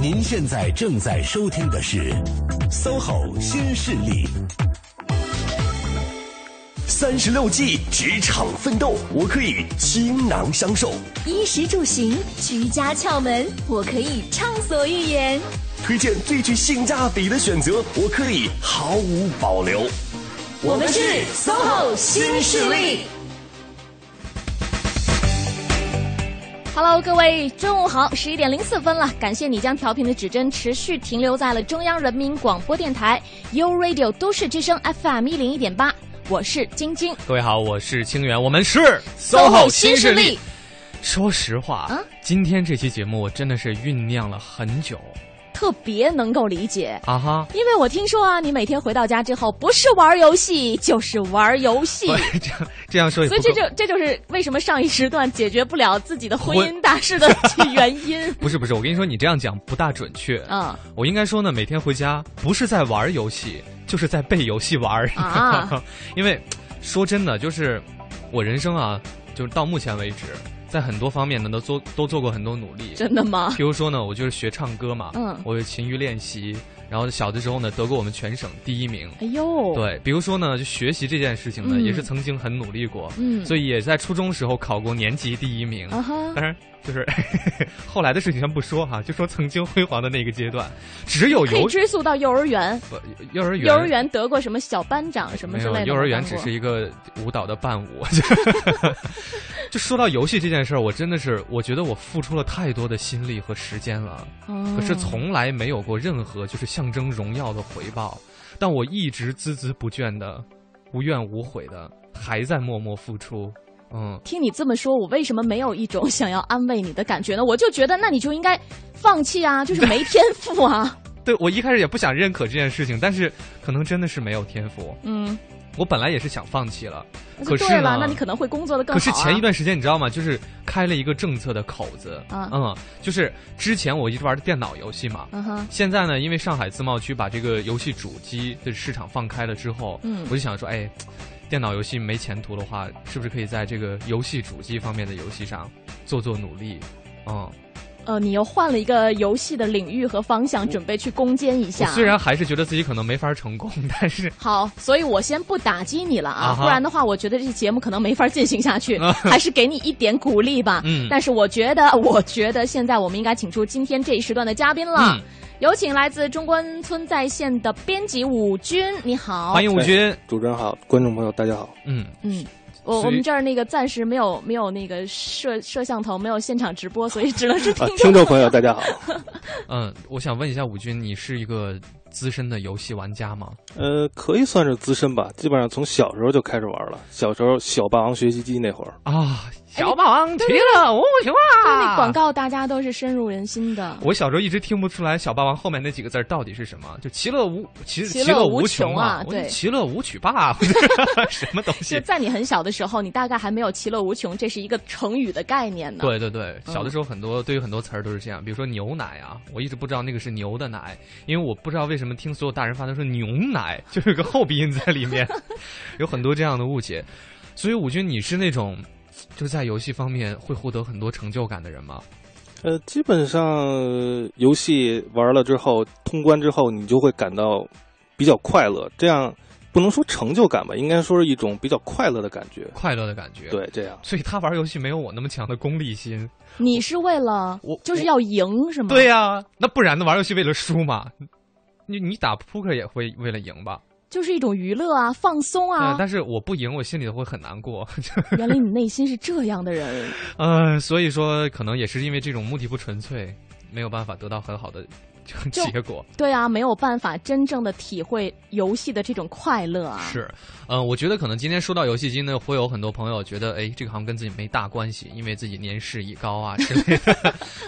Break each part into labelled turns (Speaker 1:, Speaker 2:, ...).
Speaker 1: 您现在正在收听的是 SOHO 新势力。
Speaker 2: 三十六计，职场奋斗，我可以倾囊相授；
Speaker 3: 衣食住行，居家窍门，我可以畅所欲言；
Speaker 2: 推荐最具性价比的选择，我可以毫无保留。
Speaker 3: 我们是 SOHO 新势力。Hello，各位，中午好，十一点零四分了，感谢你将调频的指针持续停留在了中央人民广播电台 u Radio 都市之声 FM 一零一点八，我是晶晶
Speaker 4: 各位好，我是清源，我们是
Speaker 3: SOHO 新势力。
Speaker 4: 说实话，
Speaker 3: 啊
Speaker 4: 今天这期节目我真的是酝酿了很久
Speaker 3: 特别能够理解。
Speaker 4: 啊哈！
Speaker 3: 因为我听说啊，你每天回到家之后，不是玩游戏就是玩游戏，
Speaker 4: 不 这样这样说也
Speaker 3: 所
Speaker 4: 不
Speaker 3: 以这
Speaker 4: 够
Speaker 3: 就这就是为什么上一时段解决不了自己的婚姻大事的 原因。
Speaker 4: 不是不是，我跟你说，你这样讲不大准确。
Speaker 3: 嗯
Speaker 4: 我应该说呢，每天回家不是在玩游戏，就是在被游戏玩儿。
Speaker 3: 啊
Speaker 4: 因为说真的，就是我人生啊，就是到目前为止，在很多方面呢都做都做过很多努力。
Speaker 3: 真的吗？
Speaker 4: 比如说呢，我就是学唱歌嘛，
Speaker 3: 嗯
Speaker 4: 我有勤于练习，然后小的时候呢得过我们全省第一名。
Speaker 3: 哎呦，，
Speaker 4: 对，比如说呢，就学习这件事情呢，
Speaker 3: 嗯
Speaker 4: 也是曾经很努力过，
Speaker 3: 嗯
Speaker 4: 所以也在初中时候考过年级第一名。
Speaker 3: 啊哈，
Speaker 4: 当然，就是 后来的事情先不说哈，就说曾经辉煌的那个阶段，只有
Speaker 3: 可以
Speaker 4: 游
Speaker 3: 追溯到幼儿园，
Speaker 4: 不幼儿园
Speaker 3: 幼儿园得过什么小班长什么
Speaker 4: 没
Speaker 3: 之
Speaker 4: 有
Speaker 3: 类的吗。
Speaker 4: 幼儿园只
Speaker 3: 当过
Speaker 4: 是一个舞蹈的伴舞。 就说到游戏这件事儿，我真的是我觉得我付出了太多的心力和时间了。
Speaker 3: 哦
Speaker 4: 可是从来没有过任何就是象征荣耀的回报，但我一直孜孜不倦的、无怨无悔的，还在默默付出。嗯，
Speaker 3: 听你这么说，我为什么没有一种 想要安慰你的感觉呢？我就觉得，那你就应该放弃啊，就是没天赋啊。
Speaker 4: 对我一开始也不想认可这件事情，但是可能真的是没有天赋。
Speaker 3: 嗯，
Speaker 4: 我本来也是想放弃了，
Speaker 3: 那就
Speaker 4: 可是
Speaker 3: 对了
Speaker 4: 呢，
Speaker 3: 那你可能会工作的更好、
Speaker 4: 可是
Speaker 3: 啊。
Speaker 4: 前一段时间你知道吗？就是开了一个政策的口子。
Speaker 3: 啊
Speaker 4: 嗯，就是之前我一直玩的电脑游戏嘛，
Speaker 3: 嗯哼，
Speaker 4: 现在呢，因为上海自贸区把这个游戏主机的市场放开了之后，
Speaker 3: 嗯
Speaker 4: 我就想说，哎，电脑游戏没前途的话，是不是可以在这个游戏主机方面的游戏上做做努力？嗯，
Speaker 3: 呃，你又换了一个游戏的领域和方向，准备去攻坚一
Speaker 4: 我
Speaker 3: 下。
Speaker 4: 虽然还是觉得自己可能没法成功，但是
Speaker 3: 好，所以我先不打击你了啊，
Speaker 4: 啊哈
Speaker 3: 不然的话，我觉得这节目可能没法进行下 去，
Speaker 4: 啊
Speaker 3: 还是给你一点鼓励吧。
Speaker 4: 嗯
Speaker 3: 但是我觉得， 我觉得现在我们应该请出今天这一时段的嘉宾了，
Speaker 4: 嗯
Speaker 3: 有请来自中关村在线的编辑武军，你好，
Speaker 4: 欢迎吴军，
Speaker 5: 主持人好，观众朋友大 家好。
Speaker 4: 嗯，
Speaker 3: 嗯。我
Speaker 4: 所以
Speaker 3: 我们这儿那个暂时没有没有那个摄摄像头，没有现场直播，所以只能 是听
Speaker 5: 啊，
Speaker 3: 众。
Speaker 5: 听众朋友大家好。
Speaker 4: 嗯，我想问一下武军，你是一个资深的游戏玩家吗？
Speaker 5: 呃，可以算是资深吧，基本上从小时候就开始玩了。小时候小霸王学习机那会儿，
Speaker 4: 啊，小霸王齐了五雄
Speaker 3: 那
Speaker 4: 啊！
Speaker 3: 广告大家都是深入人心的。
Speaker 4: 我小时候一直听不出来“小霸王”后面那几个字儿到底是什么，就其乐无其
Speaker 3: 其乐
Speaker 4: 乐
Speaker 3: 无
Speaker 4: 无
Speaker 3: 穷啊
Speaker 4: 啊，
Speaker 3: 对
Speaker 4: 我其乐无曲霸，我 这 什么东
Speaker 3: 就
Speaker 4: 西？
Speaker 3: 在你很小的时候，你大概还没有“其乐无穷”，这是一个成语的嗯概念呢。
Speaker 4: 对对对，小的时候很多、对于很多词儿都是这样，比如说牛奶啊，我一直不知道那个是牛的奶，因为我不知道为什么听所有大人发都是牛奶，就是有个后鼻音在 里面，有很多这样的误解。所以武军，你是那种就是在游戏方面会获得很多成就感的人吗？
Speaker 5: 呃，基本上、呃游戏玩了之后，通关之后，你就会感到比较快乐。这样不能说成就感吧，应该说是一种比较快乐的感觉。
Speaker 4: 快乐的感觉。，
Speaker 5: 对，这样。
Speaker 4: 所以他玩游戏没有我那么强的功利心。
Speaker 3: 你是为了
Speaker 4: 我
Speaker 3: 就是要赢是吗？
Speaker 4: 对、呀、那不然呢？玩游戏为了输嘛？你你打扑克也会为了赢吧？
Speaker 3: 就是一种娱乐啊，放松
Speaker 4: 嗯，
Speaker 3: 啊。
Speaker 4: 但是我不赢，我心里会很难过。
Speaker 3: 原来你内心是这样的人，
Speaker 4: 嗯、所以说可能也是因为这种目的不纯粹，没有办法得到很好的 这种
Speaker 3: 就
Speaker 4: 结果。
Speaker 3: 对啊，没有办法真正的体会游戏的这种快乐啊。
Speaker 4: 是，嗯、我觉得可能今天说到游戏机呢，会有很多朋友觉得，哎，这个好像跟自己没大关系，因为自己年事已高啊之类 的。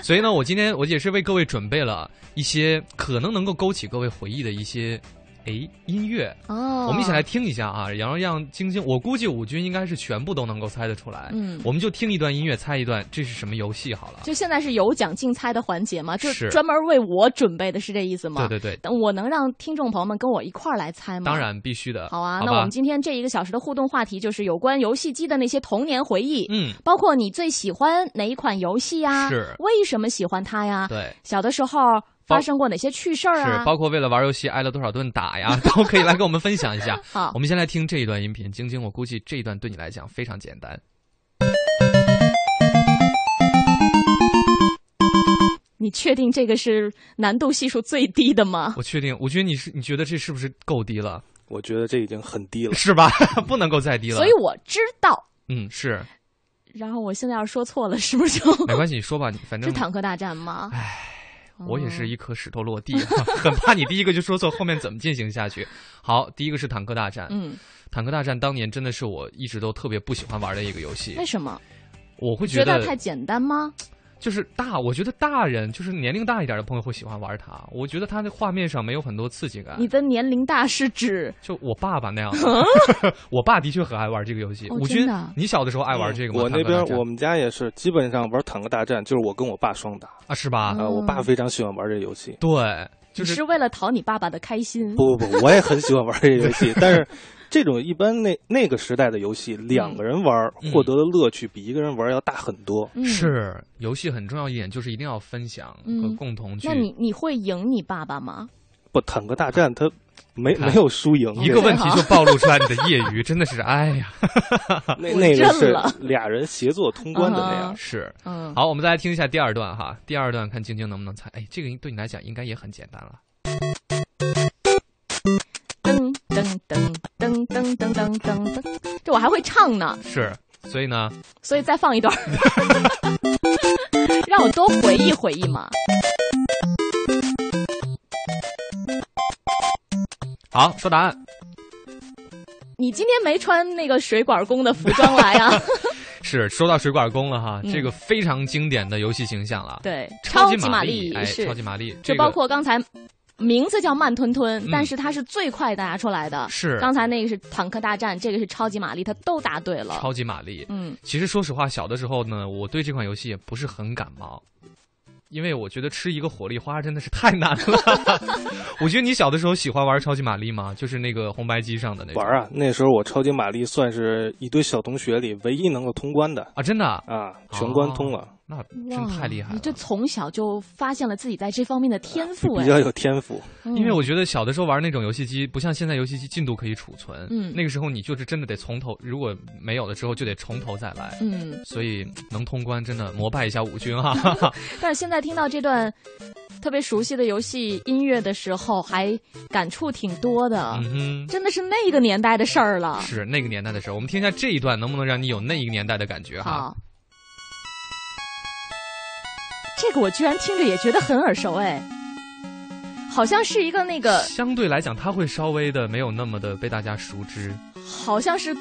Speaker 4: 所以呢，我今天我也是为各位准备了一些可能能够勾起各位回忆的一些，哎，音乐。
Speaker 3: 哦，
Speaker 4: 我们一起来听一下啊，然后让晶晶，我估计五军应该是全部都能够猜得出来。
Speaker 3: 嗯
Speaker 4: 我们就听一段音乐，猜一段这是什么游戏好了。
Speaker 3: 就现在是有奖竞猜的环节吗？就是专门为我准备的是这意思吗？
Speaker 4: 对对对，
Speaker 3: 对。我能让听众朋友们跟我一块儿来猜吗？
Speaker 4: 当。然必须的。
Speaker 3: 嗯好啊，
Speaker 4: 好
Speaker 3: 那
Speaker 4: 吧
Speaker 3: 我们今天这一个小时的互动话题就是有关游戏机的那些童年回忆。
Speaker 4: 嗯，
Speaker 3: 包括你最喜欢哪一款游戏呀？
Speaker 4: 是
Speaker 3: 为什么喜欢它呀？
Speaker 4: 对，
Speaker 3: 小的时候发生过哪些趣事儿啊
Speaker 4: 是，？包括为了玩游戏挨了多少顿打 呀，都可以来跟我们分享一下。
Speaker 3: 好
Speaker 4: 我们先来听这一段音频。晶晶，我估计这一段对你来讲非常简单。
Speaker 3: 你确定这个是难度系数最低的吗？
Speaker 4: 我确定，我觉得你是，你觉得这是不是够低了？
Speaker 5: 我觉得这已经很低了。
Speaker 4: 是吧？ 不能够再低了。
Speaker 3: 所以，我知道。
Speaker 4: 嗯，是
Speaker 3: 然后我现在要是说错了，是不是就
Speaker 4: 没关系，你说吧，你反
Speaker 3: 是
Speaker 4: 正
Speaker 3: 坦克大战吗？哦
Speaker 4: 我也是一颗石头落地，啊 很怕你第一个就说错，后面怎么进行下去？好，第一个是坦克大战。
Speaker 3: 嗯，
Speaker 4: 坦克大战当年真的是我一直都特别不喜欢玩的一个游戏
Speaker 3: 为，什么？
Speaker 4: 我会
Speaker 3: 哎觉
Speaker 4: 觉
Speaker 3: 得
Speaker 4: 得
Speaker 3: 太简单吗？
Speaker 4: 就是大，我觉得大人就是年龄大一点的朋友会喜欢玩它。我觉得它的画面上没有很多刺激感
Speaker 3: 你。的年龄大是指
Speaker 4: 就我爸爸那样的， 我爸的确很爱玩这个游戏。
Speaker 3: 嗯哦
Speaker 4: 吴
Speaker 3: 真
Speaker 4: 军
Speaker 3: 的啊，
Speaker 4: 你小的时候爱玩这个吗？
Speaker 5: 嗯我那
Speaker 4: 坦克大
Speaker 5: 边
Speaker 4: 战
Speaker 5: 我们家也是，基本上玩坦克大战就是我跟我爸双打
Speaker 4: 啊是吧
Speaker 5: 啊、？
Speaker 3: 嗯
Speaker 5: 我爸非常喜欢玩这游戏。
Speaker 4: 对，就
Speaker 3: 你是为了讨你爸爸的开心？
Speaker 5: 不不不，我也很喜欢玩这游 戏，但是这种一般那那个时代的游戏，两个人玩、
Speaker 4: 嗯
Speaker 5: 获得的乐趣比一个人玩要大很多。
Speaker 3: 嗯，
Speaker 4: 是游戏很重要一点，就是一定要分享
Speaker 3: 嗯
Speaker 4: 和共同去
Speaker 3: 那你你会赢你爸爸吗？
Speaker 5: 不，坦克大战它没
Speaker 4: 看
Speaker 5: 没有输赢，
Speaker 4: 一个问题就暴露出来你的业余，真 的是哎呀，
Speaker 5: 那
Speaker 3: 我
Speaker 5: 那个
Speaker 3: 认
Speaker 5: 是
Speaker 3: 了
Speaker 5: 俩人协作通关的那
Speaker 3: 啊
Speaker 5: 样。
Speaker 4: 是。
Speaker 3: 嗯，
Speaker 4: 好，我们再来听一下第二段哈，第二段看晶晶能不能猜。哎，这个对你来讲应该也很简单了。
Speaker 3: 噔噔噔噔噔噔噔噔噔，这我还会唱呢，
Speaker 4: 是，所以呢，
Speaker 3: 所以再放一段儿，让我多回忆回忆嘛。
Speaker 4: 好说答案。
Speaker 3: 你今天没穿那个水管工的服装来 啊？
Speaker 4: 是说到水管工了哈，
Speaker 3: 嗯
Speaker 4: 这个非常经典的游戏形象了。，
Speaker 3: 对，
Speaker 4: 超级
Speaker 3: 级玛
Speaker 4: 丽，哎，
Speaker 3: 是
Speaker 4: 超，级玛丽，这
Speaker 3: 就
Speaker 4: 个
Speaker 3: 包括刚才名字叫慢吞吞
Speaker 4: 嗯，
Speaker 3: 但是它是最快答出来的。
Speaker 4: 是
Speaker 3: 刚才那个是坦克大战，这个是超级玛丽，它都答对了。
Speaker 4: 超级玛丽。
Speaker 3: 嗯，
Speaker 4: 其实说实话，小的时候呢，我对这款游戏也不是很感冒，因为我觉得吃一个火力花真的是太难了。 我觉得你小的时候喜欢玩超级玛丽吗？就是那个红白机上的那种
Speaker 5: 玩啊！那时候我超级玛丽算是一堆小同学里唯一能够通关的
Speaker 4: 啊，真的啊
Speaker 5: 啊，全关通了，
Speaker 4: 哦
Speaker 3: 哦
Speaker 4: 那真太厉害
Speaker 3: 你
Speaker 4: 了。
Speaker 3: 这从小就发现了自己在这方面的天赋哎
Speaker 5: 比。较有天赋。
Speaker 3: 嗯
Speaker 4: 因为我觉得小的时候玩那种游戏机，不像现在游戏机进度可以储存，
Speaker 3: 嗯
Speaker 4: 那个时候你就是真的得从头，如果没有了之后就得从头再来，
Speaker 3: 嗯，
Speaker 4: 所以能通关真的膜拜一下五军啊 哈。
Speaker 3: 但是现在听到这段特别熟悉的游戏音乐的时候，还感触挺多的，
Speaker 4: 嗯
Speaker 3: 真的是那个年代的事儿了
Speaker 4: 哼，。是那个年代的事儿，我们听一下这一段能不能让你有那一个年代的感觉哈。
Speaker 3: 好，这个我居然听着也觉得很耳熟哎，好像是一个那个，
Speaker 4: 相对来讲，它会稍微的没有那么的被大家熟知，
Speaker 3: 好像是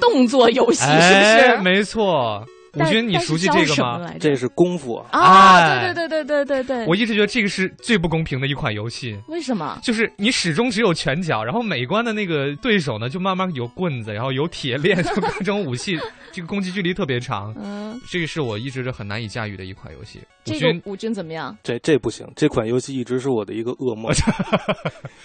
Speaker 3: 动作游戏， 是
Speaker 4: 哎
Speaker 3: 不是？
Speaker 4: 没错，吴
Speaker 3: 但
Speaker 4: 军，你
Speaker 3: 但是
Speaker 4: 熟悉
Speaker 3: 叫
Speaker 4: 这个
Speaker 3: 什么
Speaker 4: 吗？
Speaker 3: 来着
Speaker 5: 这是功夫啊，
Speaker 3: 啊，
Speaker 4: 哎
Speaker 3: 对对对对对对
Speaker 4: 我
Speaker 3: 对，
Speaker 4: 一直觉得这个是最不公平的一款游戏，
Speaker 3: 为什么？
Speaker 4: 就是你始终只有拳脚，然后每一关的那个对手呢，就慢慢有棍子，然后有铁链，就各种武器，这个攻击距离特别长。
Speaker 3: 嗯，
Speaker 4: 这个是我一直是很难以驾驭的一款游戏。吴
Speaker 3: 这
Speaker 4: 军
Speaker 3: 个吴军怎么样？
Speaker 5: 这这不行，这款游戏一直是我的一个噩 梦。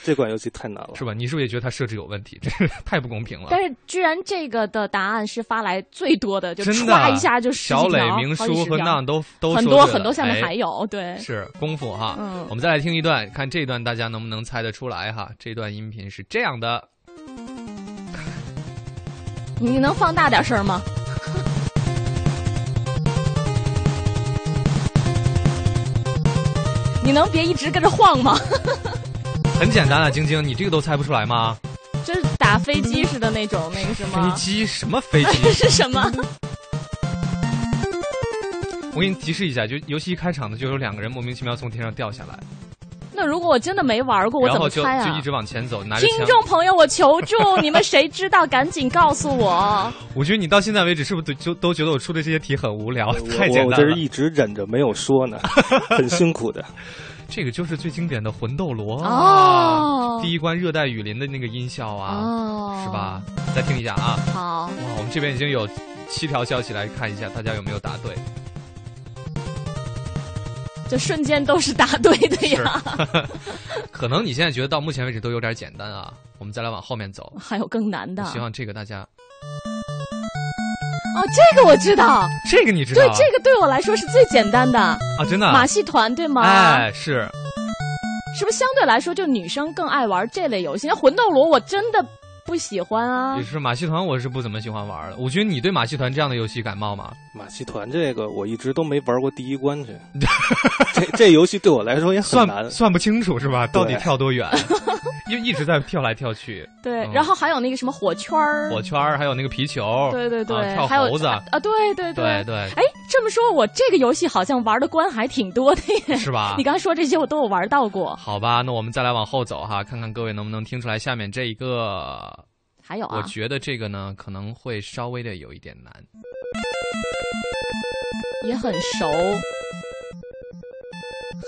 Speaker 5: 这款游戏太难了，
Speaker 4: 是吧？你是不是也觉得它设置有问题？这是太不公平了。
Speaker 3: 但是居然这个的答案是发来最多的，就
Speaker 4: 真的
Speaker 3: 歘一下就十几
Speaker 4: 小磊
Speaker 3: 条、
Speaker 4: 明
Speaker 3: 好几
Speaker 4: 叔
Speaker 3: 十
Speaker 4: 和
Speaker 3: 条
Speaker 4: 娜都都
Speaker 3: 很
Speaker 4: 说
Speaker 3: 多
Speaker 4: 对
Speaker 3: 很
Speaker 4: 了
Speaker 3: 多，下面
Speaker 4: 哎
Speaker 3: 还有对，
Speaker 4: 是功夫哈。
Speaker 3: 嗯
Speaker 4: 我们再来听一段，看这段大家能不能猜得出来哈？这段音频是这样的，
Speaker 3: 你能放大点声儿吗？你能别一直跟着晃吗？
Speaker 4: 很简单啊，晶晶，你这个都猜不出来吗？
Speaker 3: 就是打飞机似的那种，那个什
Speaker 4: 飞
Speaker 3: 么，
Speaker 4: 机什么飞机？
Speaker 3: 这是什么？
Speaker 4: 我给你提示一下，就游戏一开场的就有两个人莫名其妙从天上掉下来，
Speaker 3: 那如果我真的没玩过，我
Speaker 4: 然
Speaker 3: 怎
Speaker 4: 后
Speaker 3: 么
Speaker 4: 就
Speaker 3: 猜
Speaker 4: 就一
Speaker 3: 啊？
Speaker 4: 直往前走，拿着
Speaker 3: 听
Speaker 4: 枪。
Speaker 3: 众朋友，我求助，你们谁知道？赶紧告诉 我！
Speaker 4: 我觉得你到现在为止是不是都就都觉得我出的这些题很无聊，太
Speaker 5: 我
Speaker 4: 简
Speaker 5: 我
Speaker 4: 单
Speaker 5: 这
Speaker 4: 了
Speaker 5: 是。一直忍着没有 说呢，很辛苦的。
Speaker 4: 这个就是最经典的魂斗罗啊
Speaker 3: 哦
Speaker 4: 第一关热带雨林的那个音效啊，
Speaker 3: 哦，
Speaker 4: 是？吧？再听一下啊，
Speaker 3: 好，
Speaker 4: 哇，我们这边已经有七条消息来看一下，大家有没有答对？
Speaker 3: 就瞬间都是答对的呀。
Speaker 4: 可能你现在觉得到目前为止都有点简单啊，我们再来往后面走。
Speaker 3: 还有更难的
Speaker 4: 我
Speaker 3: 哦
Speaker 4: 希，望这个大家，
Speaker 3: 这个我知道，
Speaker 4: 这个你知道
Speaker 3: 对
Speaker 4: 啊？
Speaker 3: 这个对我来说是最简单的
Speaker 4: 啊，真的啊
Speaker 3: 马戏团，对吗？
Speaker 4: 哎，是
Speaker 3: 是不是相对来说就女生更爱玩这类游戏？那魂斗罗我真的不喜欢啊
Speaker 4: 也，是马戏团，我是不怎么喜欢玩的。我觉得你对马戏团这样的游戏感冒吗？
Speaker 5: 马戏团这个我一直都没玩过第一 关去，这这游戏对我来说也很难
Speaker 4: 算。算不清楚是吧？到底
Speaker 5: 对
Speaker 4: 跳 多远？因为一直在跳来跳去，
Speaker 3: 对，
Speaker 4: 嗯
Speaker 3: 然后还有那个什么火圈儿，
Speaker 4: 火圈儿，还有那个皮球，
Speaker 3: 对对对，
Speaker 4: 啊跳
Speaker 3: 还有
Speaker 4: 猴子，
Speaker 3: 啊，啊对对
Speaker 4: 对对，
Speaker 3: 哎，这么说，我这个游戏好像玩的关还挺多的耶。
Speaker 4: 是吧
Speaker 3: 你？刚才说这些我都有玩到过，
Speaker 4: 好吧，那我们再来往后走哈，看看各位能不能听出来下面这一个。
Speaker 3: 还有
Speaker 4: 我
Speaker 3: 啊，
Speaker 4: 觉得这个呢，可能会稍微的有一点难。
Speaker 3: 也很熟，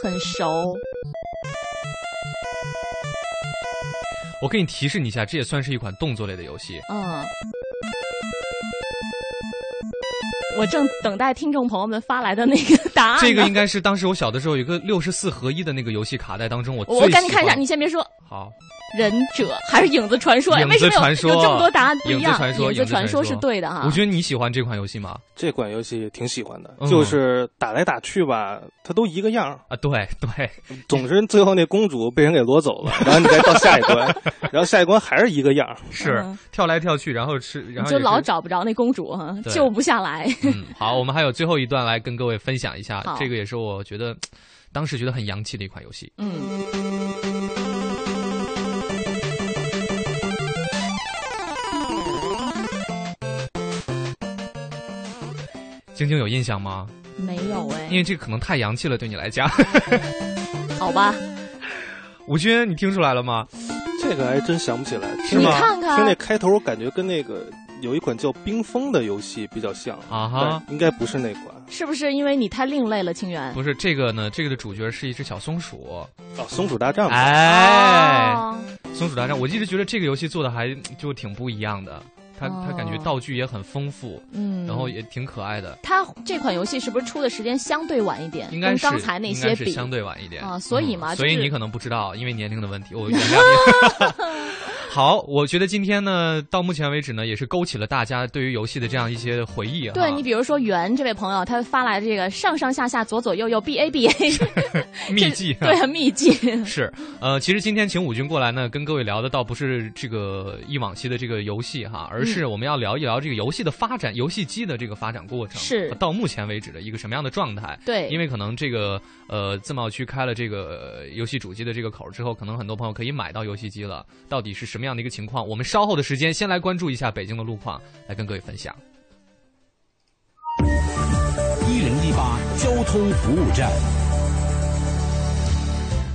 Speaker 3: 很熟。
Speaker 4: 我给你提示你一下，这也算是一款动作类的游戏。
Speaker 3: 嗯，我正等待听众朋友们发来啊的那个答案呢。
Speaker 4: 这个应该是当时我小的时候有一个六十四合一的那个游戏卡带当中，我最
Speaker 3: 我赶紧
Speaker 4: 喜
Speaker 3: 看一下，
Speaker 4: 欢
Speaker 3: 你先别说，
Speaker 4: 好，
Speaker 3: 忍者还是影子传说？哎
Speaker 4: 影
Speaker 3: 为什么
Speaker 4: 子传
Speaker 3: 有
Speaker 4: 说
Speaker 3: 有这么多答案不
Speaker 4: 影
Speaker 3: 一
Speaker 4: 子
Speaker 3: 样？
Speaker 4: 传说，
Speaker 3: 影子
Speaker 4: 传
Speaker 3: 说是对的哈。
Speaker 4: 我觉得你喜欢这款游戏吗？
Speaker 5: 这款游戏挺喜欢的，
Speaker 4: 嗯
Speaker 5: 就是打来打去吧，它都一个样儿。
Speaker 4: 啊，对对，
Speaker 5: 总之最后那公主被人给掳走了，然后你再到下一关，然后下一关还是一个样儿。
Speaker 4: 是
Speaker 3: 嗯
Speaker 4: 跳来跳去，然后吃，然
Speaker 3: 你
Speaker 4: 后
Speaker 3: 就
Speaker 4: 也
Speaker 3: 老
Speaker 4: 是。
Speaker 3: 找不着那公主哈，
Speaker 4: 对
Speaker 3: 救不下来。
Speaker 4: 嗯，好，我们还有最后一段来跟各位分享一下
Speaker 3: 好，
Speaker 4: 这个也是我觉得当时觉得很洋气的一款游戏。
Speaker 3: 嗯，
Speaker 4: 晶晶有印象吗？
Speaker 3: 没有
Speaker 4: 因
Speaker 3: 哎，
Speaker 4: 为这个可能太洋气了，对你来讲。
Speaker 3: 好吧，
Speaker 4: 吴军，你听出来了吗？
Speaker 5: 这个还真想不起来，
Speaker 4: 是
Speaker 5: 听
Speaker 4: 吗
Speaker 3: 你看看
Speaker 5: 听那开头感觉跟那个有一款叫《冰封》的游戏比较像
Speaker 4: 啊哈，
Speaker 5: 但应该不是那款。
Speaker 3: 是不是因为你太另类了，清源？
Speaker 4: 不是这个呢，这个的主角是一只小松鼠。
Speaker 5: 哦，松鼠大战嘛，
Speaker 4: 哎，
Speaker 3: 哦
Speaker 4: 松鼠大战，我一直觉得这个游戏做的还就挺不一样的，它它感觉
Speaker 3: 哦
Speaker 4: 道具也很丰富，
Speaker 3: 嗯，
Speaker 4: 然后也挺可爱的，
Speaker 3: 它这款游戏是不是出的时间相对晚一点？
Speaker 4: 应该
Speaker 3: 跟
Speaker 4: 是
Speaker 3: 刚才那
Speaker 4: 应
Speaker 3: 些
Speaker 4: 该是
Speaker 3: 比，
Speaker 4: 相对晚一点嗯
Speaker 3: 啊所以嘛
Speaker 4: 所以
Speaker 3: 就是
Speaker 4: 你可能不知道，因为年龄的问 题，我原谅你。 好，我觉得今天呢，到目前为止呢，也是勾起了大家对于游戏的这样一些回忆哈。
Speaker 3: 对你，比如说袁这位朋友，他发来这个上上下下左左右右 B A B A
Speaker 4: 秘籍啊
Speaker 3: 对啊秘 籍，
Speaker 4: 是，呃，其实今天请武军过来呢，跟各位聊的倒不是这个忆往昔的这个游戏哈，而
Speaker 3: 嗯
Speaker 4: 是我们要聊一聊这个游戏的发展，游戏机的这个发展过程，
Speaker 3: 是
Speaker 4: 呃到目前为止的一个什么样的状态。
Speaker 3: 对
Speaker 4: 因为可能这个呃自贸区开了这个呃游戏主机的这个口儿之后，可能很多朋友可以买到游戏机了，到底是什么样的一个情况？我们稍后的时间先来关注一下北京的路况，来跟各位分享。
Speaker 1: 一零一八交通服务站。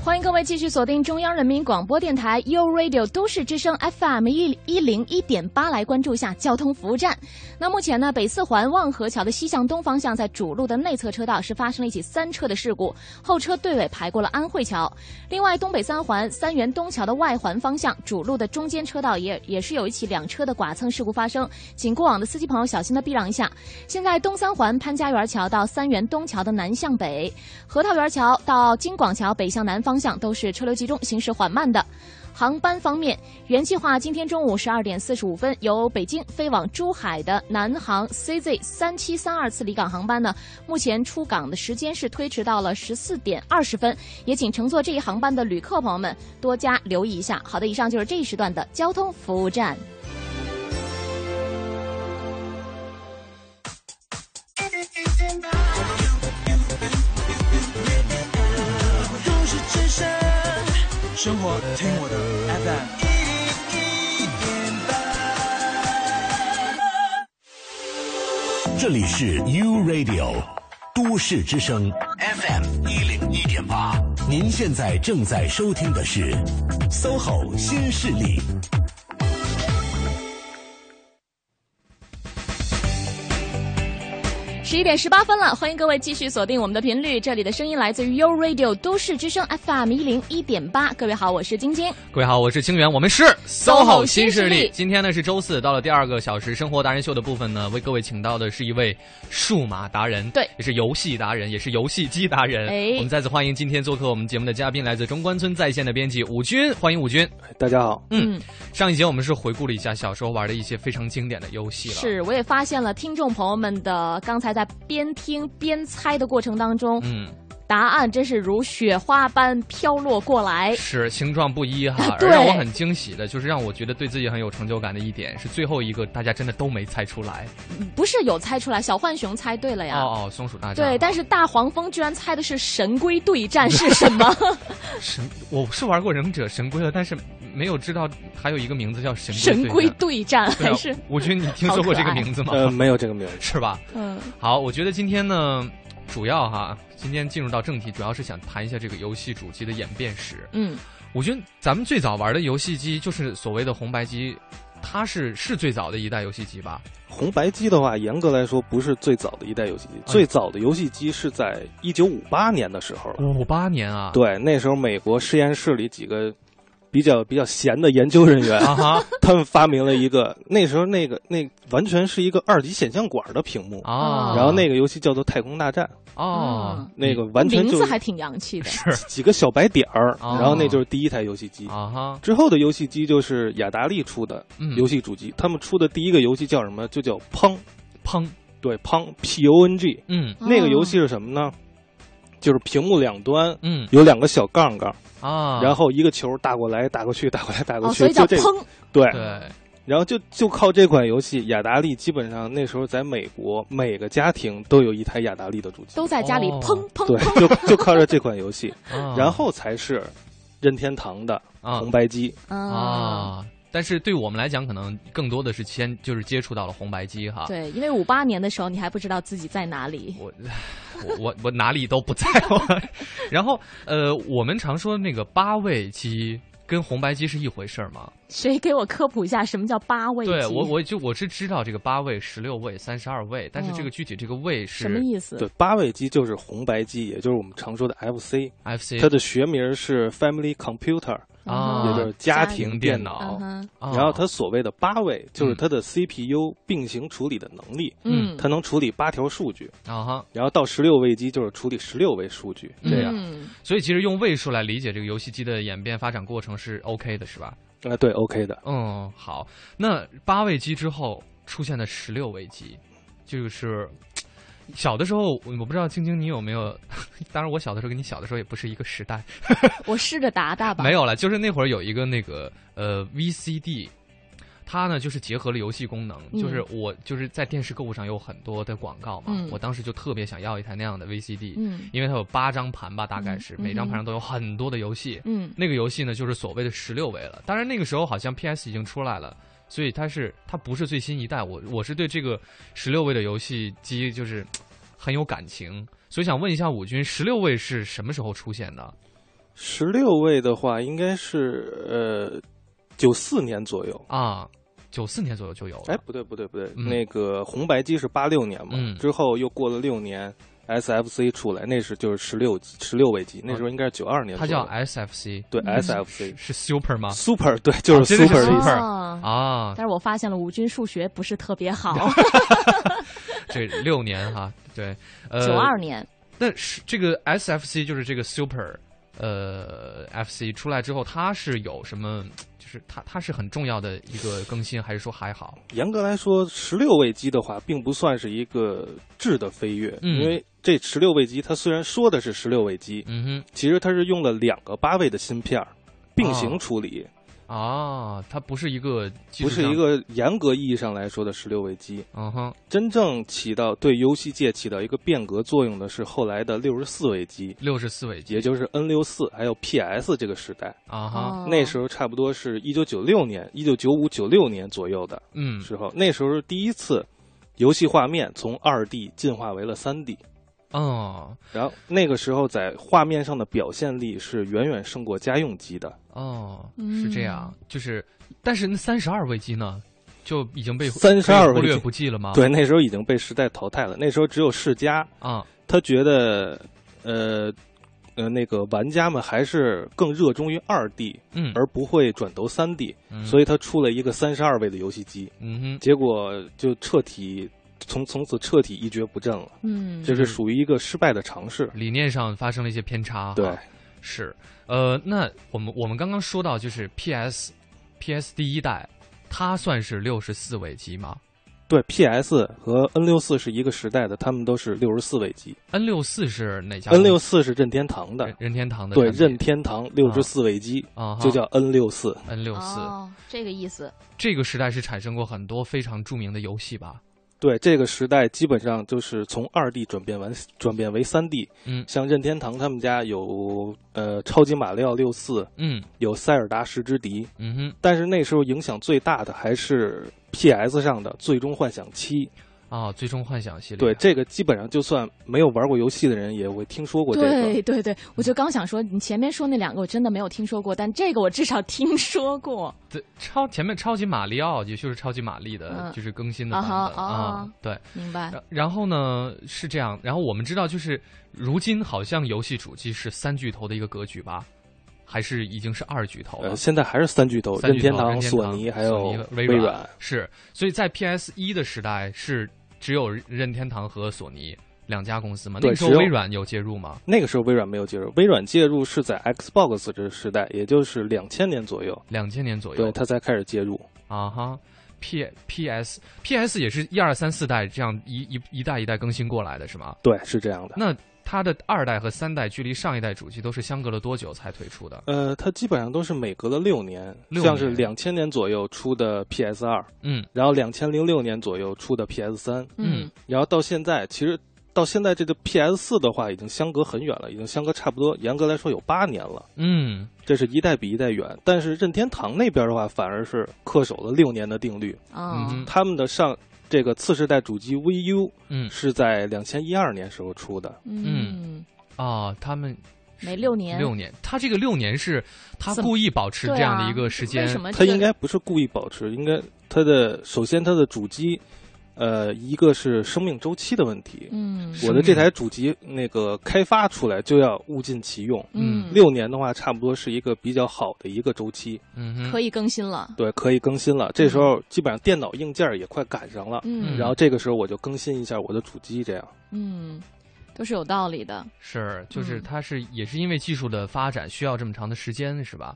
Speaker 3: 欢迎各位继续锁定中央人民广播电台 u Radio 都市之声 FM 一一零一点八，来关注一下交通服务站。那目前呢，北四环望河桥的西向东方向，在主路的内侧车道是发生了一起三车的事故，后车对尾排过了安慧桥。另外，东北三环三元东桥的外环方向，主路的中间车道也也是有一起两车的剐蹭事故发生，请过往的司机朋友小心的避让一下。现在东三环潘家园桥到三元东桥的南向北，核桃园桥到京广桥北向南方向都是车流集中，行驶缓慢的。航班方面，原计划今天中午十二点四十五分由北京飞往珠海的南航 CZ 三七三二次离港航班呢，目前出港的时间是推迟到了十四点二十分，也请乘坐这一航班的旅客朋友们多加留意一下。好的，以上就是这一时段的交通服务站。
Speaker 6: 都市之声，生活听我的 FM 一零一点八。
Speaker 1: 这里是 U Radio 都市之声 FM 一零一点八，您现在正在收听的是 SOHO 新势力。
Speaker 3: 十一点十八分了，欢迎各位继续锁定我们的频率，这里的声音来自于 u Radio 都市之声 FM 一零一点八。各位好，我是晶晶。
Speaker 4: 各位好，我是清源，我们是
Speaker 3: SOHO 新势
Speaker 4: 势
Speaker 3: 力
Speaker 4: 今天呢是周四，到了第二个小时生活达人秀的部分呢，为各位请到的是一位数码达人，
Speaker 3: 对
Speaker 4: 也是游戏达人，也是游戏机达人。
Speaker 3: 哎
Speaker 4: 我们再次欢迎今天做客我们节目的嘉宾，来自中关村在线的编辑武军，欢迎武军。
Speaker 5: 大 家好，
Speaker 4: 嗯，上一节我们是回顾了一下小时候玩的一些非常经典的游戏了，
Speaker 3: 是，我也发现了听众朋友们的刚才在边听边猜的过程当中，
Speaker 4: 嗯，
Speaker 3: 答案真是如雪花般飘落过来。，
Speaker 4: 是形状不一 哈
Speaker 3: 对
Speaker 4: 而让我很惊喜的就是让我觉得对自己很有成就感的一点是最后一个大家真的都没猜出来。
Speaker 3: 不是有猜出来，小浣熊猜对了呀。
Speaker 4: 哦哦，松鼠大战。
Speaker 3: 对，但是大黄蜂居然猜的是神龟对战是什 么？
Speaker 4: 神我是玩过忍者神龟的，但是没有知道还有一个名字叫神龟
Speaker 3: 神龟
Speaker 4: 对
Speaker 3: 对战
Speaker 4: 战。对
Speaker 3: 还
Speaker 4: 啊
Speaker 3: 是、
Speaker 4: 我觉得你听说过这个
Speaker 3: 好可爱
Speaker 4: 名字吗？
Speaker 5: 呃，没有这个名字。
Speaker 4: 是吧？
Speaker 3: 嗯
Speaker 4: 好，我觉得今天呢，主要哈，今天进入到正题，主要是想谈一下这个游戏主机的演变史。
Speaker 3: 嗯，
Speaker 4: 我觉得咱们最早玩的游戏机就是所谓的红白机，它是是最早的一代游戏机吧？
Speaker 5: 红白机的话，严格来说不是最早的一代游戏机，最早的游戏机是在一九五八年的时候了。
Speaker 4: 五八年啊，
Speaker 5: 对，那时候美国实验室里几个比较比较闲的研究人员，
Speaker 4: 啊哈
Speaker 5: 他们发明了一个，那时候那个那完全是一个二级显像管的屏幕，
Speaker 4: 啊，
Speaker 5: 然后那个游戏叫做《太空大战》，
Speaker 4: 哦
Speaker 3: 嗯
Speaker 5: 那个完全
Speaker 3: 名
Speaker 5: 就
Speaker 3: 字还挺洋气的。
Speaker 5: 几个小白点儿，
Speaker 4: 哦
Speaker 5: 然后那就是第一台游戏机。
Speaker 4: 啊哈，
Speaker 5: 之后的游戏机就是雅达利出的
Speaker 4: 嗯
Speaker 5: 游戏主机，他们出的第一个游戏叫什么？就叫《怦》，
Speaker 4: 砰，
Speaker 5: 对，《怦》P O N G。
Speaker 4: 嗯
Speaker 3: 哦
Speaker 5: 那个游戏是什么呢？就是屏幕两端
Speaker 4: 嗯
Speaker 5: 有两个小杠杠，
Speaker 4: 啊，
Speaker 5: 然后一个球打过来、打过去、打过来、打过
Speaker 3: 哦，
Speaker 5: 去，
Speaker 3: 所以叫
Speaker 5: 就这个
Speaker 3: 砰，
Speaker 5: 对。
Speaker 4: 对，啊
Speaker 5: 然后就就靠这款游戏，雅达利基本上那时候在美国每个家庭都有一台雅达利的主机，
Speaker 3: 都在家里
Speaker 4: 哦
Speaker 3: 砰砰
Speaker 5: 对
Speaker 3: 砰。，
Speaker 5: 就就靠着这款游戏，
Speaker 4: 啊
Speaker 5: 然后才是任天堂的
Speaker 4: 啊
Speaker 5: 红白机。
Speaker 3: 啊，
Speaker 4: 啊。但是对我们来讲，可能更多的是先就是接触到了红白机哈。
Speaker 3: 对，因为五八年的时候你还不知道自己在哪里。
Speaker 4: 我我我我哪里都不在乎。 然后呃，我们常说那个八位机跟红白机是一回事儿吗？
Speaker 3: 谁给我科普一下什么叫八位机？
Speaker 4: 对我我就我是知道这个八位、十六位、三十二位，但是这个具体这个位
Speaker 3: 嗯什么
Speaker 4: 是
Speaker 3: 意思？
Speaker 5: 对，八位机就是红白机，也就是我们常说的 FC，
Speaker 4: FC
Speaker 5: 它的学名是 Family Computer，
Speaker 3: 哦
Speaker 4: 啊，
Speaker 5: 也就是家庭
Speaker 4: 庭
Speaker 5: 电
Speaker 4: 电
Speaker 3: 嗯
Speaker 5: 脑。
Speaker 3: 哼，
Speaker 4: 啊
Speaker 5: 然后它所谓的八位，就是
Speaker 4: 嗯
Speaker 5: 它的 CPU 并行处理的能力，
Speaker 3: 嗯，
Speaker 5: 它能处理八条数据。
Speaker 4: 啊哈，
Speaker 5: 然后到十六位机就是处理十六位数据，这样。
Speaker 3: 嗯
Speaker 4: 所以其实用位数来理解这个游戏机的演变发展过程是 OK 的，是吧？
Speaker 5: 啊、对，OK 的。
Speaker 4: 嗯，好。那八位机之后出现的十六位机，就是小的时候，我不知道晶晶你有没有？ 当然，我小的时候跟你小的时候也不是一个时代，
Speaker 3: 我试着答答吧。
Speaker 4: 没有了。就是那会儿有一个那个呃 VCD。它呢，就是结合了游戏功能，
Speaker 3: 嗯
Speaker 4: 就是我就是在电视购物上有很多的广告嘛，
Speaker 3: 嗯
Speaker 4: 我当时就特别想要一台那样的 VCD，、
Speaker 3: 嗯
Speaker 4: 因为它有八张盘吧，大概是、
Speaker 3: 嗯
Speaker 4: 每张盘上都有很多的游戏，
Speaker 3: 嗯
Speaker 4: 那个游戏呢，就是所谓的十六位了。当然那个时候好像 PS 已经出来了，所以它是它不是最新一代。我我是对这个十六位的游戏机就是嘖很有感情，所以想问一下武军，十六位是什么时候出现的？
Speaker 5: 十六位的话，应该是呃九四年左右。
Speaker 4: 啊，九四年左右就有了。
Speaker 5: 哎，不对，不对，不对，
Speaker 4: 嗯
Speaker 5: 那个红白机是八六年嘛，
Speaker 4: 嗯
Speaker 5: 之后又过了六年，SFC 出来，那是就是十六十六位机，那时候应该是九二年
Speaker 4: 哦它
Speaker 5: 左右。
Speaker 4: 叫 SFC，
Speaker 5: 对
Speaker 3: 嗯
Speaker 5: SFC
Speaker 4: 是 Super 吗？
Speaker 5: Super 对，就
Speaker 4: 啊
Speaker 5: 是
Speaker 4: 真的
Speaker 5: Super
Speaker 4: 是
Speaker 5: 的意思。
Speaker 4: Super
Speaker 3: 啊
Speaker 4: 啊，
Speaker 3: 但是我发现了吴军数学不是特别好，
Speaker 4: 这六年哈，对，呃，
Speaker 3: 九二年，
Speaker 4: 那是这个 SFC 就是这个 Super 呃 FC 出来之后，它是有什么？就是它它是很重要的一个更新，还是说还好？
Speaker 5: 严格来说，十六位机的话，并不算是一个质的飞跃，
Speaker 4: 嗯
Speaker 5: 因为这十六位机它虽然说的是十六位机，
Speaker 4: 嗯
Speaker 5: 其实它是用了两个八位的芯片儿并行处理，
Speaker 4: 哼，啊，它不是一个哦技
Speaker 5: 不
Speaker 4: 术上，
Speaker 5: 是一个严格意义上来说的十六位机。
Speaker 4: 嗯哼
Speaker 5: 真正起到对游戏界起到一个变革作用的是后来的六十四位机，
Speaker 4: 六十四位机
Speaker 5: 也就是 N 六四还有 PS 这个时代。
Speaker 4: 啊
Speaker 3: 哦
Speaker 4: 哈，
Speaker 5: 那时候差不多是一九九六年、一九九五、九六年左右的
Speaker 4: 嗯
Speaker 5: 时候，那时候是第一次游戏画面从二 D 进化为了三 D。
Speaker 4: 哦
Speaker 5: 然后那个时候在画面上的表现力是远远胜过家用机的。
Speaker 4: 哦，
Speaker 3: 嗯
Speaker 4: 是这样，就是，但是那三十二位机呢，就已经被
Speaker 5: 32
Speaker 4: 被忽
Speaker 5: 位
Speaker 4: 略
Speaker 5: 机
Speaker 4: 不计了吗？
Speaker 5: 对，那时候已经被时代淘汰了。那时候只有世嘉，
Speaker 4: 啊，
Speaker 5: 他觉得，呃，呃，那个玩家们还是更热衷于二 D，
Speaker 4: 嗯，
Speaker 5: 而不会转头三 D，所
Speaker 4: 以
Speaker 5: 以他出了一个三十二位的游戏机，
Speaker 4: 嗯哼
Speaker 5: 结果就彻底从从此彻底一蹶不振了，
Speaker 3: 嗯，
Speaker 5: 这是属于一个失败的尝试。
Speaker 4: 理念上发生了一些偏差哈，
Speaker 5: 对，
Speaker 4: 是，呃，那我们我们刚刚说到就是 PS，PS 第一代，它算是六十四位机吗？
Speaker 5: 对 PS 和 N 六四是一个时代的，他们都是六十四位机。
Speaker 4: N 六四是哪家公
Speaker 5: N
Speaker 4: 司？
Speaker 5: 六四是任天堂的
Speaker 4: 任，任天堂的
Speaker 5: 对，
Speaker 4: 产品啊
Speaker 5: 任天堂六十四位机
Speaker 4: 啊哈
Speaker 5: 就叫 N 六四。
Speaker 4: N 六四。
Speaker 3: 哦，这个意思。
Speaker 4: 这个时代是产生过很多非常著名的游戏吧？
Speaker 5: 对，这个时代基本上就是从二 D 转变完，转变为三 D。
Speaker 4: 嗯
Speaker 5: 像任天堂他们家有呃超级马里奥六四，
Speaker 4: 嗯
Speaker 5: 有塞尔达十之敌，
Speaker 4: 嗯哼
Speaker 5: 但是那时候影响最大的还是 PS 上的《最终幻想七》。
Speaker 4: 啊，最终幻想系列。
Speaker 5: 对，这个基本上就算没有玩过游戏的人也会听说过这
Speaker 3: 对
Speaker 5: 个。
Speaker 3: 对对，我就刚想说，你前面说那两个我真的没有听说过，但这个我至少听说过。
Speaker 4: 对，超前面超级马里奥，也就是超级玛丽的，
Speaker 3: 嗯
Speaker 4: 就是更新的
Speaker 3: 啊
Speaker 4: 版
Speaker 3: 哈
Speaker 4: 本啊、
Speaker 3: 哦
Speaker 4: 对，
Speaker 3: 明白？
Speaker 4: 然然后呢是这样，然后我们知道，就是如今好像游戏主机是三巨头的一个格局吧，还是已经是二巨头了？
Speaker 5: 呃，现在还是三巨头：
Speaker 4: 三
Speaker 5: 任
Speaker 4: 巨头
Speaker 5: 天堂、
Speaker 4: 任天
Speaker 5: 索尼还有
Speaker 4: 索尼微
Speaker 5: 软。
Speaker 4: 是，所以在 PS 一的时代是只有任天堂和索尼两家公司嘛？那
Speaker 5: 对
Speaker 4: 个时候
Speaker 5: 只有
Speaker 4: 微软有介入吗？
Speaker 5: 那个时候微软没有介入，微软介入是在 Xbox 这个时代，也就是两千年左右，
Speaker 4: 两千年左右，
Speaker 5: 对，它才开始介入。
Speaker 4: 啊哈，P P S P S 也是一二三四代这样一一一代一代更新过来的是吗？
Speaker 5: 对，是这样的。
Speaker 4: 那它的二代和三代距离上一代主机都是相隔了多久才推出的？
Speaker 5: 呃，它基本上都是每隔了六年，
Speaker 4: 六
Speaker 5: 像是
Speaker 4: 年
Speaker 5: 两千年左右出的 PS 二，
Speaker 4: 嗯
Speaker 5: 然后两千零六年左右出的 PS 三，
Speaker 4: 嗯，
Speaker 5: 然后到现在，其实到现在这个 PS 四的话，已经相隔很远了，已经相隔差不多，严格来说有八年了。
Speaker 4: 嗯，
Speaker 5: 这是一代比一代远，但是任天堂那边的话，反而是恪守了六年的定律。
Speaker 3: 哦
Speaker 4: 嗯
Speaker 5: 他们的上这个次世代主机 VU
Speaker 4: 嗯
Speaker 5: 是在两千一二年时候出的，
Speaker 3: 嗯，
Speaker 4: 啊，他们
Speaker 3: 每六年
Speaker 4: 六年，他这个六年是他
Speaker 3: 怎么
Speaker 4: 故意保持这
Speaker 3: 对
Speaker 4: 样的
Speaker 3: 啊
Speaker 4: 一个时间
Speaker 3: 为，什么
Speaker 5: 它
Speaker 3: 这个
Speaker 5: 应该不是故意保持，应该它的首先它的主机，呃，一个是生命周期的问题。
Speaker 3: 嗯
Speaker 4: 生
Speaker 5: 我的
Speaker 4: 命
Speaker 5: 这台主机那个开发出来就要物尽其用，
Speaker 3: 嗯
Speaker 5: 六年的话差不多是一个比较好的一个周期，
Speaker 4: 嗯哼，
Speaker 3: 可以更新了。
Speaker 5: 对，可以更新了。这时候基本上电脑硬件也快赶上了，
Speaker 3: 嗯
Speaker 5: 然后这个时候我就更新一下我的主机，这样。
Speaker 3: 嗯，都是有道理的。
Speaker 4: 是就是
Speaker 3: 嗯
Speaker 4: 它是也是因为技术的发展需要这么长的时间是吧？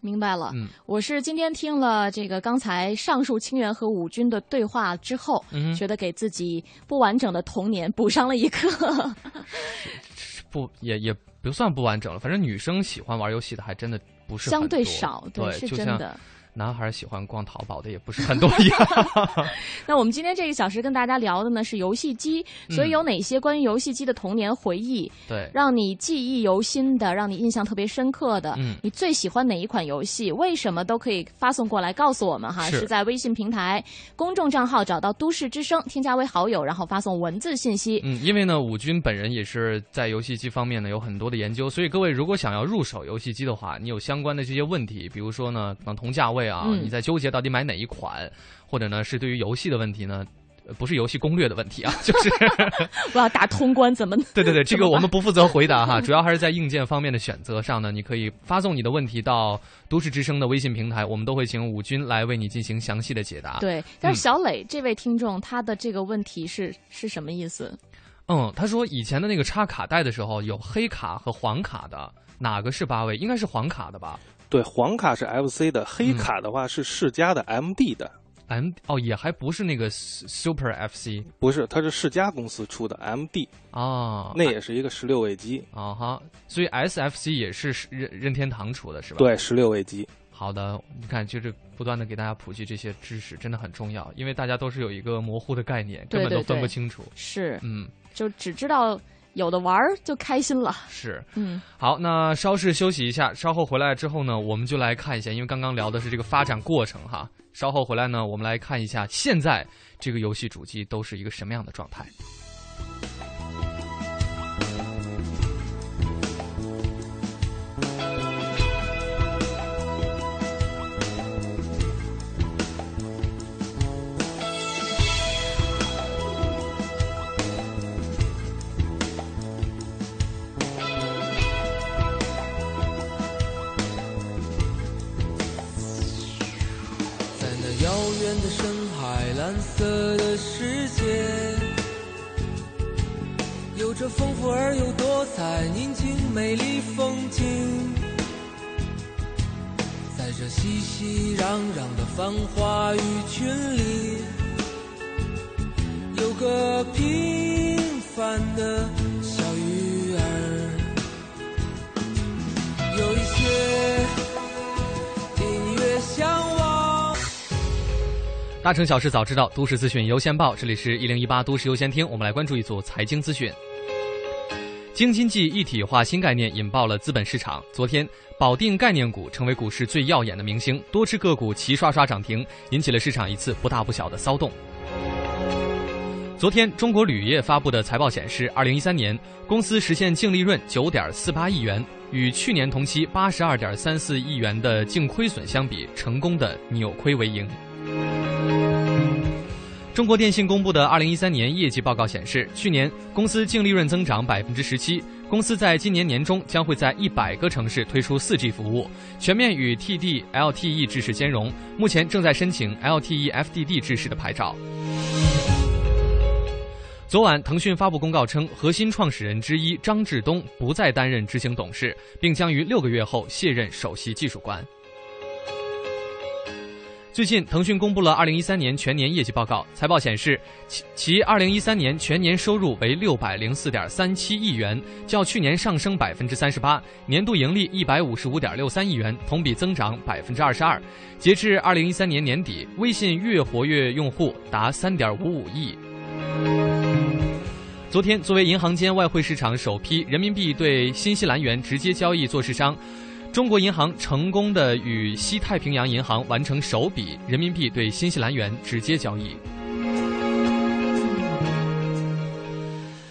Speaker 3: 明白了，
Speaker 4: 嗯
Speaker 3: 我是今天听了这个刚才上述清源和武军的对话之后，
Speaker 4: 嗯哼，
Speaker 3: 觉得给自己不完整的童年补上了一 课。
Speaker 4: 不也也不算不完整了，反正女生喜欢玩游戏的还真的不是
Speaker 3: 相
Speaker 4: 很
Speaker 3: 对
Speaker 4: 多
Speaker 3: 少，
Speaker 4: 对，
Speaker 3: 是
Speaker 4: 就
Speaker 3: 真
Speaker 4: 像
Speaker 3: 的。
Speaker 4: 男孩喜欢逛淘宝的也不是很多一 样。
Speaker 3: 那我们今天这个小时跟大家聊的呢是游戏机，
Speaker 4: 嗯
Speaker 3: 所以有哪些关于游戏机的童年回忆，
Speaker 4: 对，
Speaker 3: 让你记忆犹新的，让你印象特别深刻的？
Speaker 4: 嗯
Speaker 3: 你最喜欢哪一款游戏？为什么都可以发送过来告诉我们哈？
Speaker 4: 是
Speaker 3: 是在微信平台公众账号找到“都市之声”，添加为好友，然后发送文字信息。
Speaker 4: 嗯，因为呢，武军本人也是在游戏机方面呢有很多的研究，所以各位如果想要入手游戏机的话，你有相关的这些问题，比如说呢，可能同价位啊，
Speaker 3: 嗯
Speaker 4: 你在纠结到底买哪一款，或者呢是对于游戏的问题呢。呃不是游戏攻略的问 题啊，就是
Speaker 3: 我要打通关，怎么
Speaker 4: 对 对对，这
Speaker 3: 怎
Speaker 4: 个
Speaker 3: 么
Speaker 4: 我
Speaker 3: 办
Speaker 4: 们不负责回答 哈，主要还是在硬件方面的选择上呢，你可以发送你的问题到都市之声的微信平台，我们都会请武军来为你进行详细的解 答。
Speaker 3: 对，但是小磊这位听众他的这个问题是是什么意思？
Speaker 4: 嗯，他说以前的那个插卡带的时候有黑卡和黄卡的，哪个是八位？应该是黄卡的吧
Speaker 5: 对，黄卡是 FC 的，黑
Speaker 4: 嗯
Speaker 5: 卡的话是世嘉的 MD 的，
Speaker 4: ？M 哦，也还不是那个 S- Super FC
Speaker 5: 不是，它是世嘉公司出的 MD，
Speaker 4: 啊，
Speaker 5: 那也是一个十六位机，
Speaker 4: 啊哈，所以 SFC 也是是任任天堂出的是吧？，
Speaker 5: 对，十六位机。
Speaker 4: 好的，你看就是不断的给大家普及这些知识，真的很重要，因为大家都是有一个模糊的概念，根
Speaker 3: 对
Speaker 4: 本都
Speaker 3: 对
Speaker 4: 分
Speaker 3: 对
Speaker 4: 不清楚。
Speaker 3: 是
Speaker 4: 嗯，
Speaker 3: 就只知道有的玩儿就开心了。
Speaker 4: 是。
Speaker 3: 嗯，
Speaker 4: 好，那稍事休息一下，稍后回来之后呢，我们就来看一下，因为刚刚聊的是这个发展过程哈。稍后回来呢，我们来看一下现在这个游戏主机都是一个什么样的状态。
Speaker 7: 在那遥远的深海，蓝色的世界，有着丰富而又多彩、宁静美丽风景。在这熙熙攘攘的繁华与群里，有个平凡的小鱼儿，有一些隐约向往。
Speaker 4: 大城小事早知道，都市资讯优先报。这里是一零一八都市优先听，我们来关注一组财经资讯。京津冀一体化新概念引爆了资本市场。昨天，保定概念股成为股市最耀眼的明星，多只个股齐刷刷涨停，引起了市场一次不大不小的骚动。昨天，中国铝业发布的财报显示，二零一三年公司实现净利润九点四八亿元，与去年同期八十二点三四亿元的净亏损相比，成功的扭亏为盈。中国电信公布的二零一三年业绩报告显示，去年公司净利润增长百分之十七。公司在今年年中将会在一百个城市推出四 G 服务，全面与 TD、LTE 制式 E 兼容。目前正在申请 E LTE FDD 制式的牌照。昨晚，腾讯发布公告称，核心创始人之一张志东不再担任执行董事，并将于六个月后卸任首席技术官。最近，腾讯公布了2013年全年业绩报告。财报显示，其其2013年全年收入为604.37亿元，较去年上升38%，年度盈利155.63亿元，同比增长22%。截至2013年年底，微信月活跃用户达3.55亿。昨天，作为银行间外汇市场首批人民币对新西兰元直接交易做市商，中国银行成功的与西太平洋银行完成首笔人民币对新西兰元直接交易。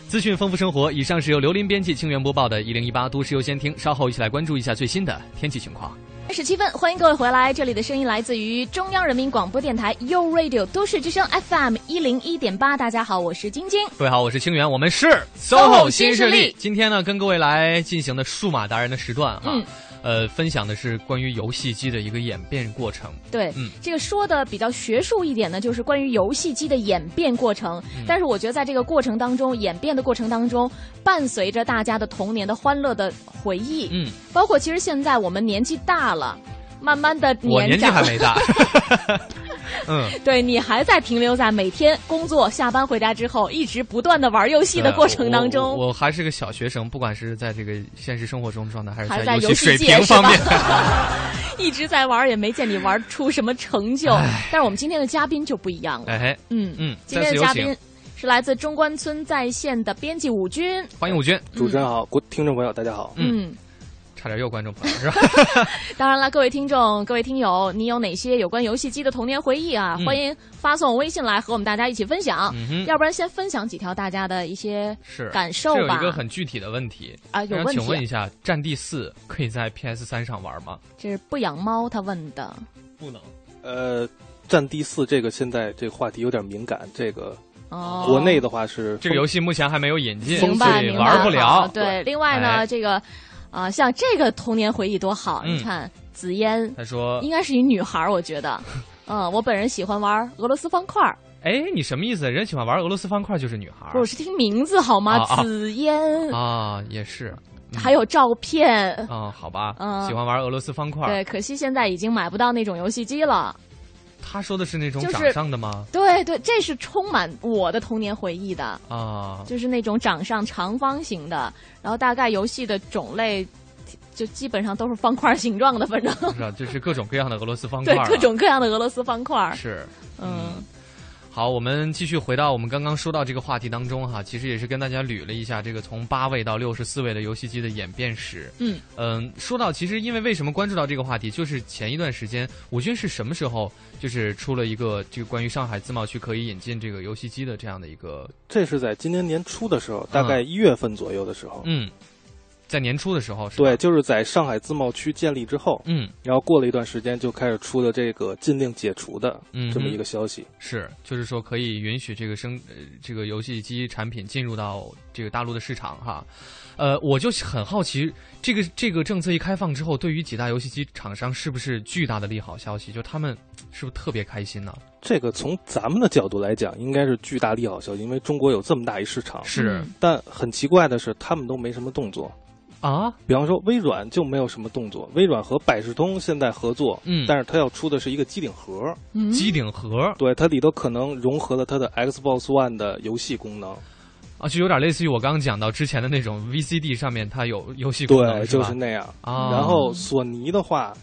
Speaker 4: 资讯丰富生活，以上是由刘林编辑、清源播报的《一零一八都市优先听》，稍后一起来关注一下最新的天气情况。
Speaker 3: 二十七分，欢迎各位回来，这里的声音来自于中央人民广播电台 u Radio 都市之声 FM 一零一点八。大家好，我是晶晶。
Speaker 4: 各位好，我是清源，我们是
Speaker 3: SOHO 新势力
Speaker 4: 今天呢，跟各位来进行的数码达人的时段哈，
Speaker 3: 嗯
Speaker 4: 呃，分享的是关于游戏机的一个演变过程。
Speaker 3: 对，
Speaker 4: 嗯
Speaker 3: 这个说的比较学术一点呢，就是关于游戏机的演变过程。但是我觉得在这个过程当中，演变的过程当中，伴随着大家的童年的欢乐的回忆，
Speaker 4: 嗯，
Speaker 3: 包括其实现在我们年纪大了，慢慢的
Speaker 4: 我年纪
Speaker 3: 长
Speaker 4: 还没大，嗯，
Speaker 3: 对你还在停留在每天工作、下班回家之后，一直不断的玩游戏的过程当
Speaker 4: 呃我
Speaker 3: 中，
Speaker 4: 我我还是个小学生，不管是在这个现实生活中的状态，还是
Speaker 3: 还是
Speaker 4: 在
Speaker 3: 在
Speaker 4: 游
Speaker 3: 游
Speaker 4: 水
Speaker 3: 戏
Speaker 4: 平
Speaker 3: 界
Speaker 4: 方面
Speaker 3: 是， 一直在玩，也没见你玩出什么成就
Speaker 4: 唉。
Speaker 3: 但是我们今天的嘉宾就不一样了，
Speaker 4: 哎，
Speaker 3: 嗯
Speaker 4: 嗯
Speaker 3: 今天的嘉
Speaker 4: 再次有
Speaker 3: 宾是来自中关村在线的编辑武军，
Speaker 4: 欢迎武军，
Speaker 5: 主持人好，国听众朋友大家好。
Speaker 4: 嗯
Speaker 3: 嗯。
Speaker 4: 差点又观众朋友是吧？
Speaker 3: 当然了，各位听众、各位听友，你有哪些有关游戏机的童年回忆啊？
Speaker 4: 嗯
Speaker 3: 欢迎发送微信来和我们大家一起分享。
Speaker 4: 嗯哼，
Speaker 3: 要不然先分享几条大家的一些
Speaker 4: 是
Speaker 3: 感受
Speaker 4: 这有
Speaker 3: 吧。
Speaker 4: 一个很具体的问题
Speaker 3: 啊有
Speaker 4: 那
Speaker 3: 问题
Speaker 4: 请问一下，《战地四》可以在 PS 三上玩吗？
Speaker 3: 这是不养猫他问的，
Speaker 4: 不能。
Speaker 5: 呃，战地四这个现在这个话题有点敏感，这个
Speaker 3: 哦，
Speaker 5: 国内的话是
Speaker 4: 这个游戏目前还没有引进，
Speaker 3: 明白
Speaker 4: 所以
Speaker 3: 明白
Speaker 4: 玩不
Speaker 3: 好
Speaker 4: 了。
Speaker 3: 对，另外
Speaker 4: 哎
Speaker 3: 呢，这个啊、像这个童年回忆多好，
Speaker 4: 嗯
Speaker 3: 你看紫嫣
Speaker 4: 他说
Speaker 3: 应该是一女孩儿，我觉 得。嗯，我本人喜欢玩俄罗斯方块儿，：“
Speaker 4: 哎，你什么意思？人喜欢玩俄罗斯方块就是女孩
Speaker 3: 我是听名字好吗？
Speaker 4: 啊啊
Speaker 3: 紫嫣，
Speaker 4: 啊，也是
Speaker 3: 还有照片。
Speaker 4: 啊，好吧，
Speaker 3: 嗯
Speaker 4: 喜欢玩俄罗斯方块。
Speaker 3: 对，可惜现在已经买不到那种游戏机了。
Speaker 4: 他说的是那种
Speaker 3: 就是
Speaker 4: 掌上的吗？
Speaker 3: 对对，这是充满我的童年回忆的，
Speaker 4: 啊，
Speaker 3: 就是那种掌上长方形的，然后大概游戏的种类就基本上都是方块形状的，反正
Speaker 4: 不知道，就是各种各样的俄罗斯方 块
Speaker 3: 对
Speaker 4: 啊，
Speaker 3: 各种各样的俄罗斯方块儿。
Speaker 4: 是。
Speaker 3: 嗯，
Speaker 4: 好，我们继续回到我们刚刚说到这个话题当中哈，其实也是跟大家捋了一下这个从八位到六十四位的游戏机的演变史。
Speaker 3: 嗯
Speaker 4: 嗯，说到其实因为为什么关注到这个话题，就是前一段时间武军是什么时候就是出了一个这个关于上海自贸区可以引进这个游戏机的这样的一个
Speaker 5: 这是在今年年初的时候，大概一月份左右的时候，
Speaker 4: 嗯，在年初的时候是吧
Speaker 5: 对，就是在上海自贸区建立之后，
Speaker 4: 嗯
Speaker 5: 然后过了一段时间就开始出了这个禁令解除的
Speaker 4: 嗯哼
Speaker 5: 这么一个消息。
Speaker 4: 是就是说可以允许这个生呃这个游戏机产品进入到这个大陆的市场哈。呃，我就很好奇，这个这个政策一开放之后，对于几大游戏机厂商是不是巨大的利好消息？就他们是不是特别开心呢？
Speaker 5: 这个从咱们的角度来讲，应该是巨大利好消息，因为中国有这么大一市场。
Speaker 4: 是
Speaker 3: 嗯
Speaker 5: 但很奇怪的是，他们都没什么动作。
Speaker 4: 啊，
Speaker 5: 比方说微软就没有什么动作，微软和百事通现在合作，
Speaker 4: 嗯
Speaker 5: 但是它要出的是一个机顶盒，
Speaker 3: 嗯
Speaker 4: 机顶盒
Speaker 5: 对，它里头可能融合了它的 Xbox One 的游戏功能，
Speaker 4: 啊，就有点类似于我刚刚讲到之前的那种 VCD 上面它有游戏功能
Speaker 5: 对，就是
Speaker 4: 吧
Speaker 5: 那样。
Speaker 4: 啊，
Speaker 5: 然后索尼的话，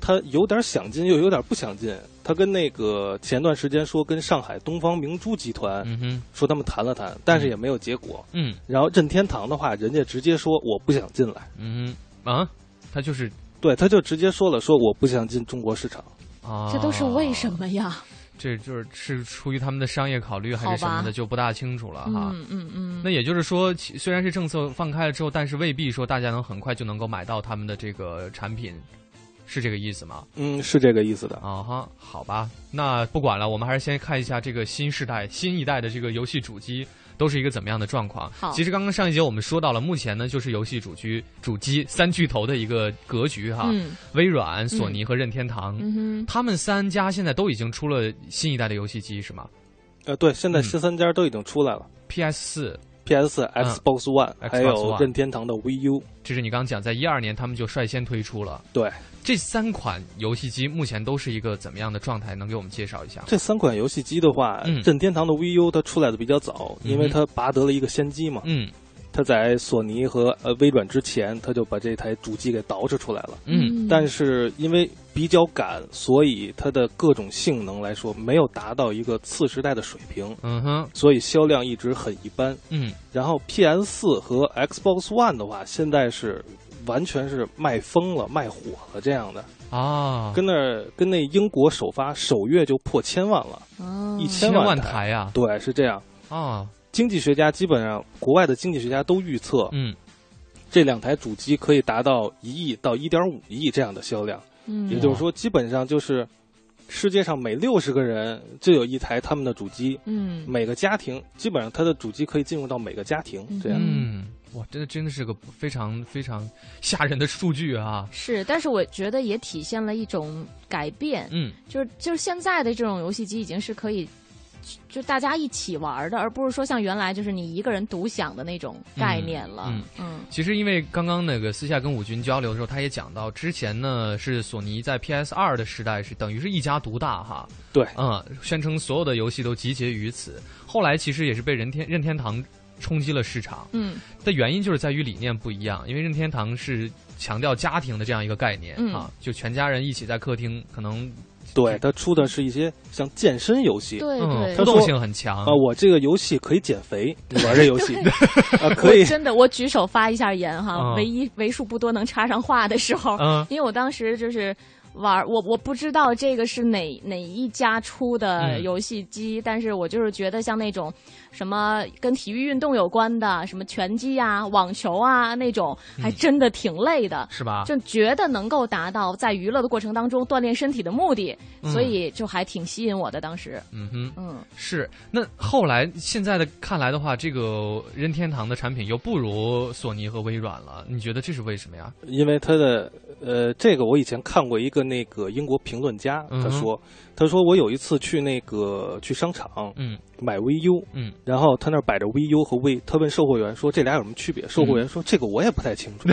Speaker 5: 它有点想进又有点不想进，它跟那个前段时间说跟上海东方明珠集团、
Speaker 4: 嗯哼，
Speaker 5: 说他们谈了谈，但是也没有结果。
Speaker 4: 嗯
Speaker 5: 然后任天堂的话，人家直接说我不想进来，
Speaker 4: 嗯哼啊，它就是
Speaker 5: 对，他就直接说了说我不想进中国市场。
Speaker 4: 啊，
Speaker 3: 这都是为什？么呀？
Speaker 4: 这就是是出于他们的商业考虑还是什么
Speaker 3: 好吧
Speaker 4: 的，就不大清楚了哈。
Speaker 3: 嗯嗯嗯，
Speaker 4: 啊那也就是说，其虽然是政策放开了之后，但是未必说大家能很快就能够买到他们的这个产品，是这个意思吗？
Speaker 5: 嗯，是这个意思的。
Speaker 4: 啊哈，好吧，那不管了，我们还是先看一下这个新时代、新一代的这个游戏主机都是一个怎么样的状况。
Speaker 3: 好
Speaker 4: 其实刚刚上一节我们说到了，目前呢就是游戏主机主机三巨头的一个格局哈，
Speaker 3: 嗯
Speaker 4: 微软、索尼和任天堂。
Speaker 3: 嗯
Speaker 4: 他们三家现在都已经出了新一代的游戏机是吗
Speaker 5: 呃，对，现在
Speaker 4: 嗯
Speaker 5: 十三家都已经出来了、
Speaker 4: ？PS 四，
Speaker 5: p s Xbox One，、
Speaker 4: 嗯 Xbox
Speaker 5: 还有
Speaker 4: One
Speaker 5: 任天堂的 VU。
Speaker 4: 这是你刚刚讲，在一二年他们就率先推出了。
Speaker 5: 对，
Speaker 4: 这三款游戏机目前都是一个怎么样的状态？能给我们介绍一下？
Speaker 5: 这三款游戏机的话，
Speaker 4: 嗯
Speaker 5: 任天堂的 VU 它出来的比较早，因为
Speaker 4: 嗯哼
Speaker 5: 它拔得了一个先机嘛。
Speaker 4: 嗯
Speaker 5: 它在索尼和呃微软之前，它就把这台主机给捯饬出来了。
Speaker 4: 嗯
Speaker 5: 但是因为比较赶，所以它的各种性能来说没有达到一个次时代的水平，
Speaker 4: 嗯哼
Speaker 5: 所以销量一直很一般。
Speaker 4: 嗯
Speaker 5: 然后 PS 四和 Xbox One 的话，现在是完全是卖疯了、卖火了这样的，
Speaker 4: 啊，
Speaker 5: 跟那儿跟那英国首发首月就破千万了，
Speaker 3: 哦
Speaker 5: 一
Speaker 4: 千
Speaker 5: 千
Speaker 4: 万
Speaker 5: 台。
Speaker 4: 台啊
Speaker 5: 对，是这样。
Speaker 4: 啊，
Speaker 5: 经济学家基本上，国外的经济学家都预测，
Speaker 4: 嗯
Speaker 5: 这两台主机可以达到一亿到一点五亿这样的销量。
Speaker 3: 嗯
Speaker 5: 也就是说，基本上就是世界上每六十个人就有一台他们的主机，
Speaker 3: 嗯
Speaker 5: 每个家庭基本上它的主机可以进入到每个家庭这样。
Speaker 4: 嗯，哇，真的真的是个非常非常吓人的数据啊。
Speaker 3: 是，但是我觉得也体现了一种改变，
Speaker 4: 嗯
Speaker 3: 就是就是现在的这种游戏机已经是可以。就大家一起玩儿的，而不是说像原来就是你一个人独享的那种概念了。
Speaker 4: 嗯
Speaker 3: 嗯
Speaker 4: 其实，因为刚刚那个私下跟武军交流的时候，他也讲到，之前呢是索尼在 PS 二的时代是等于是一家独大哈，
Speaker 5: 对
Speaker 4: 嗯，宣称所有的游戏都集结于此。后来其实也是被任天任天堂冲击了市场，
Speaker 3: 嗯
Speaker 4: 的原因就是在于理念不一样，因为任天堂是强调家庭的这样一个概念、
Speaker 3: 嗯
Speaker 4: 啊，就全家人一起在客厅，可能
Speaker 5: 对，它出的是一些像健身游戏。
Speaker 3: 对
Speaker 4: 嗯
Speaker 3: 对，
Speaker 4: 互
Speaker 5: 他
Speaker 4: 动
Speaker 5: 说
Speaker 4: 性很强
Speaker 5: 啊，我这个游戏可以减肥，你玩这游戏啊，可以
Speaker 3: 我真的，我举手发一下言哈，
Speaker 4: 嗯
Speaker 3: 唯一为数不多能插上话的时候，
Speaker 4: 嗯
Speaker 3: 因为我当时就是玩儿，我我不知道这个是哪哪一家出的
Speaker 4: 嗯
Speaker 3: 游戏机，但是我就是觉得像那种什么跟体育运动有关的，什么拳击啊、网球啊那种，还
Speaker 4: 嗯
Speaker 3: 真的挺累的。
Speaker 4: 是吧？
Speaker 3: 就觉得能够达到在娱乐的过程当中锻炼身体的目的，所以就还挺吸引我的。当时，
Speaker 4: 嗯哼，
Speaker 3: 嗯，
Speaker 4: 是。那后来现在的看来的话，这个任天堂的产品又不如索尼和微软了，你觉得这是为什么呀？
Speaker 5: 因为他的呃，这个我以前看过一个那个英国评论家，
Speaker 4: 嗯
Speaker 5: 他说，他说我有一次去那个去商场
Speaker 4: 嗯
Speaker 5: 买 VU，
Speaker 4: 嗯，
Speaker 5: 然后他那儿摆着 VU 和 V，他问售货员说这俩有什么区别？售货员说这个我也不太清楚，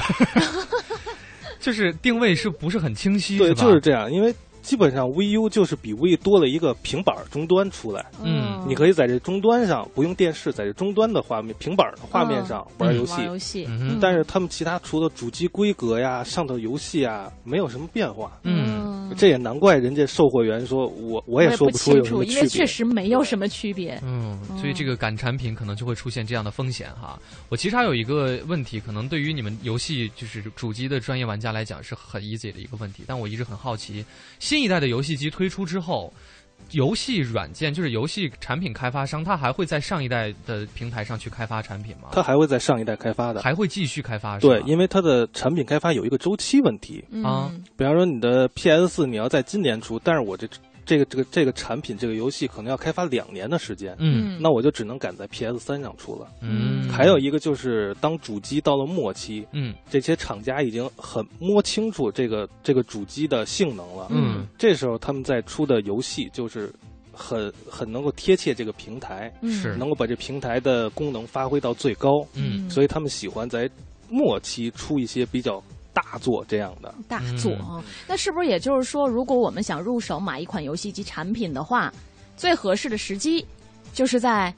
Speaker 4: 就是定位是不是很清晰？
Speaker 5: 对，
Speaker 4: 吧？
Speaker 5: 就是这样，因为基本上 VU 就是比 V 多了一个平板儿终端出来，
Speaker 4: 嗯
Speaker 5: 你可以在这终端上不用电视，在这终端的画面平板儿的画面上玩游戏
Speaker 3: 玩。游戏，
Speaker 4: 嗯哼
Speaker 5: 但是他们其他除了主机规格呀、上头游戏啊，没有什么变化。
Speaker 4: 嗯，
Speaker 5: 这也难怪人家售货员说我我也说
Speaker 3: 不
Speaker 5: 出
Speaker 3: 清
Speaker 5: 有什
Speaker 3: 楚，
Speaker 5: 么
Speaker 3: 因
Speaker 5: 区
Speaker 3: 为确
Speaker 5: 别。
Speaker 3: 实没有什么区别。
Speaker 4: 嗯，所以这个赶产品可能就会出现这样的风险哈。我其实还有一个问题，可能对于你们游戏就是主机的专业玩家来讲是很 easy 的一个问题，但我一直很好奇，新一代的游戏机推出之后，游戏软件就是游戏产品开发商，他还会在上一代的平台上去开发产品吗？
Speaker 5: 它还会在上一代开发的，
Speaker 4: 还会继续开发是嗯吧？
Speaker 5: 对，因为它的产品开发有一个周期问题。
Speaker 4: 啊
Speaker 3: 嗯，
Speaker 5: 比方说你的 PS 四你要在今年出，但是我这这个这个这个产品这个游戏可能要开发两年的时间，
Speaker 4: 嗯
Speaker 5: 那我就只能赶在 PS 三上出了。
Speaker 4: 嗯，
Speaker 5: 还有一个就是当主机到了末期，
Speaker 4: 嗯
Speaker 5: 这些厂家已经很摸清楚这个这个主机的性能了，
Speaker 4: 嗯
Speaker 5: 这时候他们在出的游戏就是很很能够贴切这个平台，
Speaker 3: 嗯
Speaker 4: 是
Speaker 5: 能够把这平台的功能发挥到最高，
Speaker 4: 嗯
Speaker 5: 所以他们喜欢在末期出一些比较大作这样的。
Speaker 3: 大作
Speaker 4: 嗯
Speaker 3: 啊。那是不是也就是说，如果我们想入手买一款游戏机产品的话，最合适的时机就是在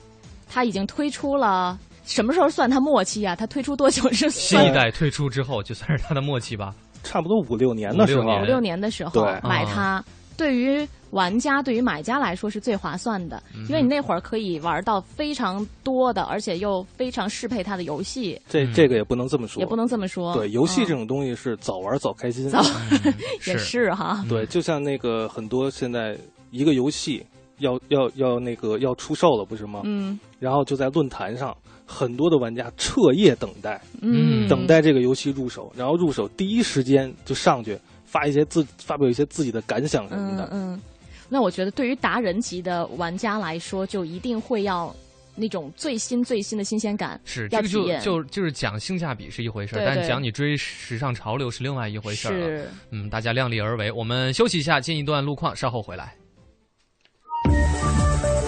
Speaker 3: 它已经推出了。什么时候算它末期啊？它推出多久是
Speaker 4: 新
Speaker 3: 算
Speaker 4: 一代推出之后，就算是它的末期吧。
Speaker 5: 差不多五六年的时
Speaker 4: 五
Speaker 5: 候
Speaker 3: 五
Speaker 4: 六，
Speaker 3: 六年的时候
Speaker 5: 对
Speaker 3: 买
Speaker 4: 嗯
Speaker 3: 它，对于玩家、对于买家来说是最划算的，
Speaker 4: 嗯
Speaker 3: 因为你那会儿可以玩到非常多的，而且又非常适配它的游戏，
Speaker 5: 这
Speaker 4: 嗯
Speaker 5: 这个也不能这么说，
Speaker 3: 也不能这么说。
Speaker 5: 对游戏这
Speaker 3: 嗯
Speaker 5: 种东西是早玩早开心，
Speaker 3: 早也
Speaker 4: 是
Speaker 3: 是哈，
Speaker 5: 对，就像那个很多现在一个游戏要要要那个要出售了，不是吗？
Speaker 3: 嗯
Speaker 5: 然后就在论坛上，很多的玩家彻夜等待，
Speaker 4: 嗯
Speaker 5: 等待这个游戏入手，然后入手第一时间就上去发一些自发表一些自己的感想什么
Speaker 3: 嗯
Speaker 5: 的。
Speaker 3: 嗯。那我觉得对于达人级的玩家来说，就一定会要那种最新最新的新鲜感，
Speaker 4: 是这
Speaker 3: 要
Speaker 4: 个
Speaker 3: 体
Speaker 4: 就
Speaker 3: 验
Speaker 4: 就就是讲性价比是一回事儿，
Speaker 3: 对
Speaker 4: 但
Speaker 3: 对
Speaker 4: 讲你追时尚潮流是另外一回事儿了。
Speaker 3: 是
Speaker 4: 嗯，大家量力而为。我们休息一下，进一段路况，稍后回来。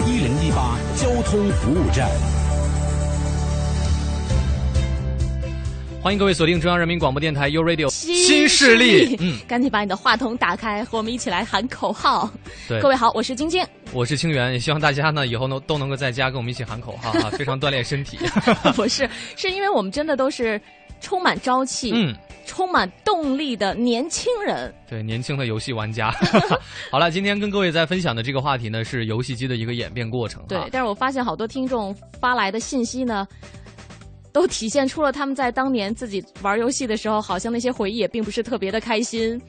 Speaker 1: 一零一八交通服务站。
Speaker 4: 欢迎各位锁定中央人民广播电台 u Radio
Speaker 3: 势力，
Speaker 4: 嗯，
Speaker 3: 赶紧把你的话筒打开，和我们一起来喊口号。
Speaker 4: 对，
Speaker 3: 各位好，我是晶晶，
Speaker 4: 我是清源，也希望大家呢以后呢都能够在家跟我们一起喊口号 啊，非常锻炼身体。
Speaker 3: 不是，是因为我们真的都是充满朝气、
Speaker 4: 嗯，
Speaker 3: 充满动力的年轻人。
Speaker 4: 对，年轻的游戏 玩家。好了，今天跟各位在分享的这个话题呢是游戏机的一个演变过程
Speaker 3: 对
Speaker 4: 哈，。
Speaker 3: 但是我发现好多听众发来的信息呢，都体现出了他们在当年自己玩游戏的时候，好像那些回忆也并不是特别的开心，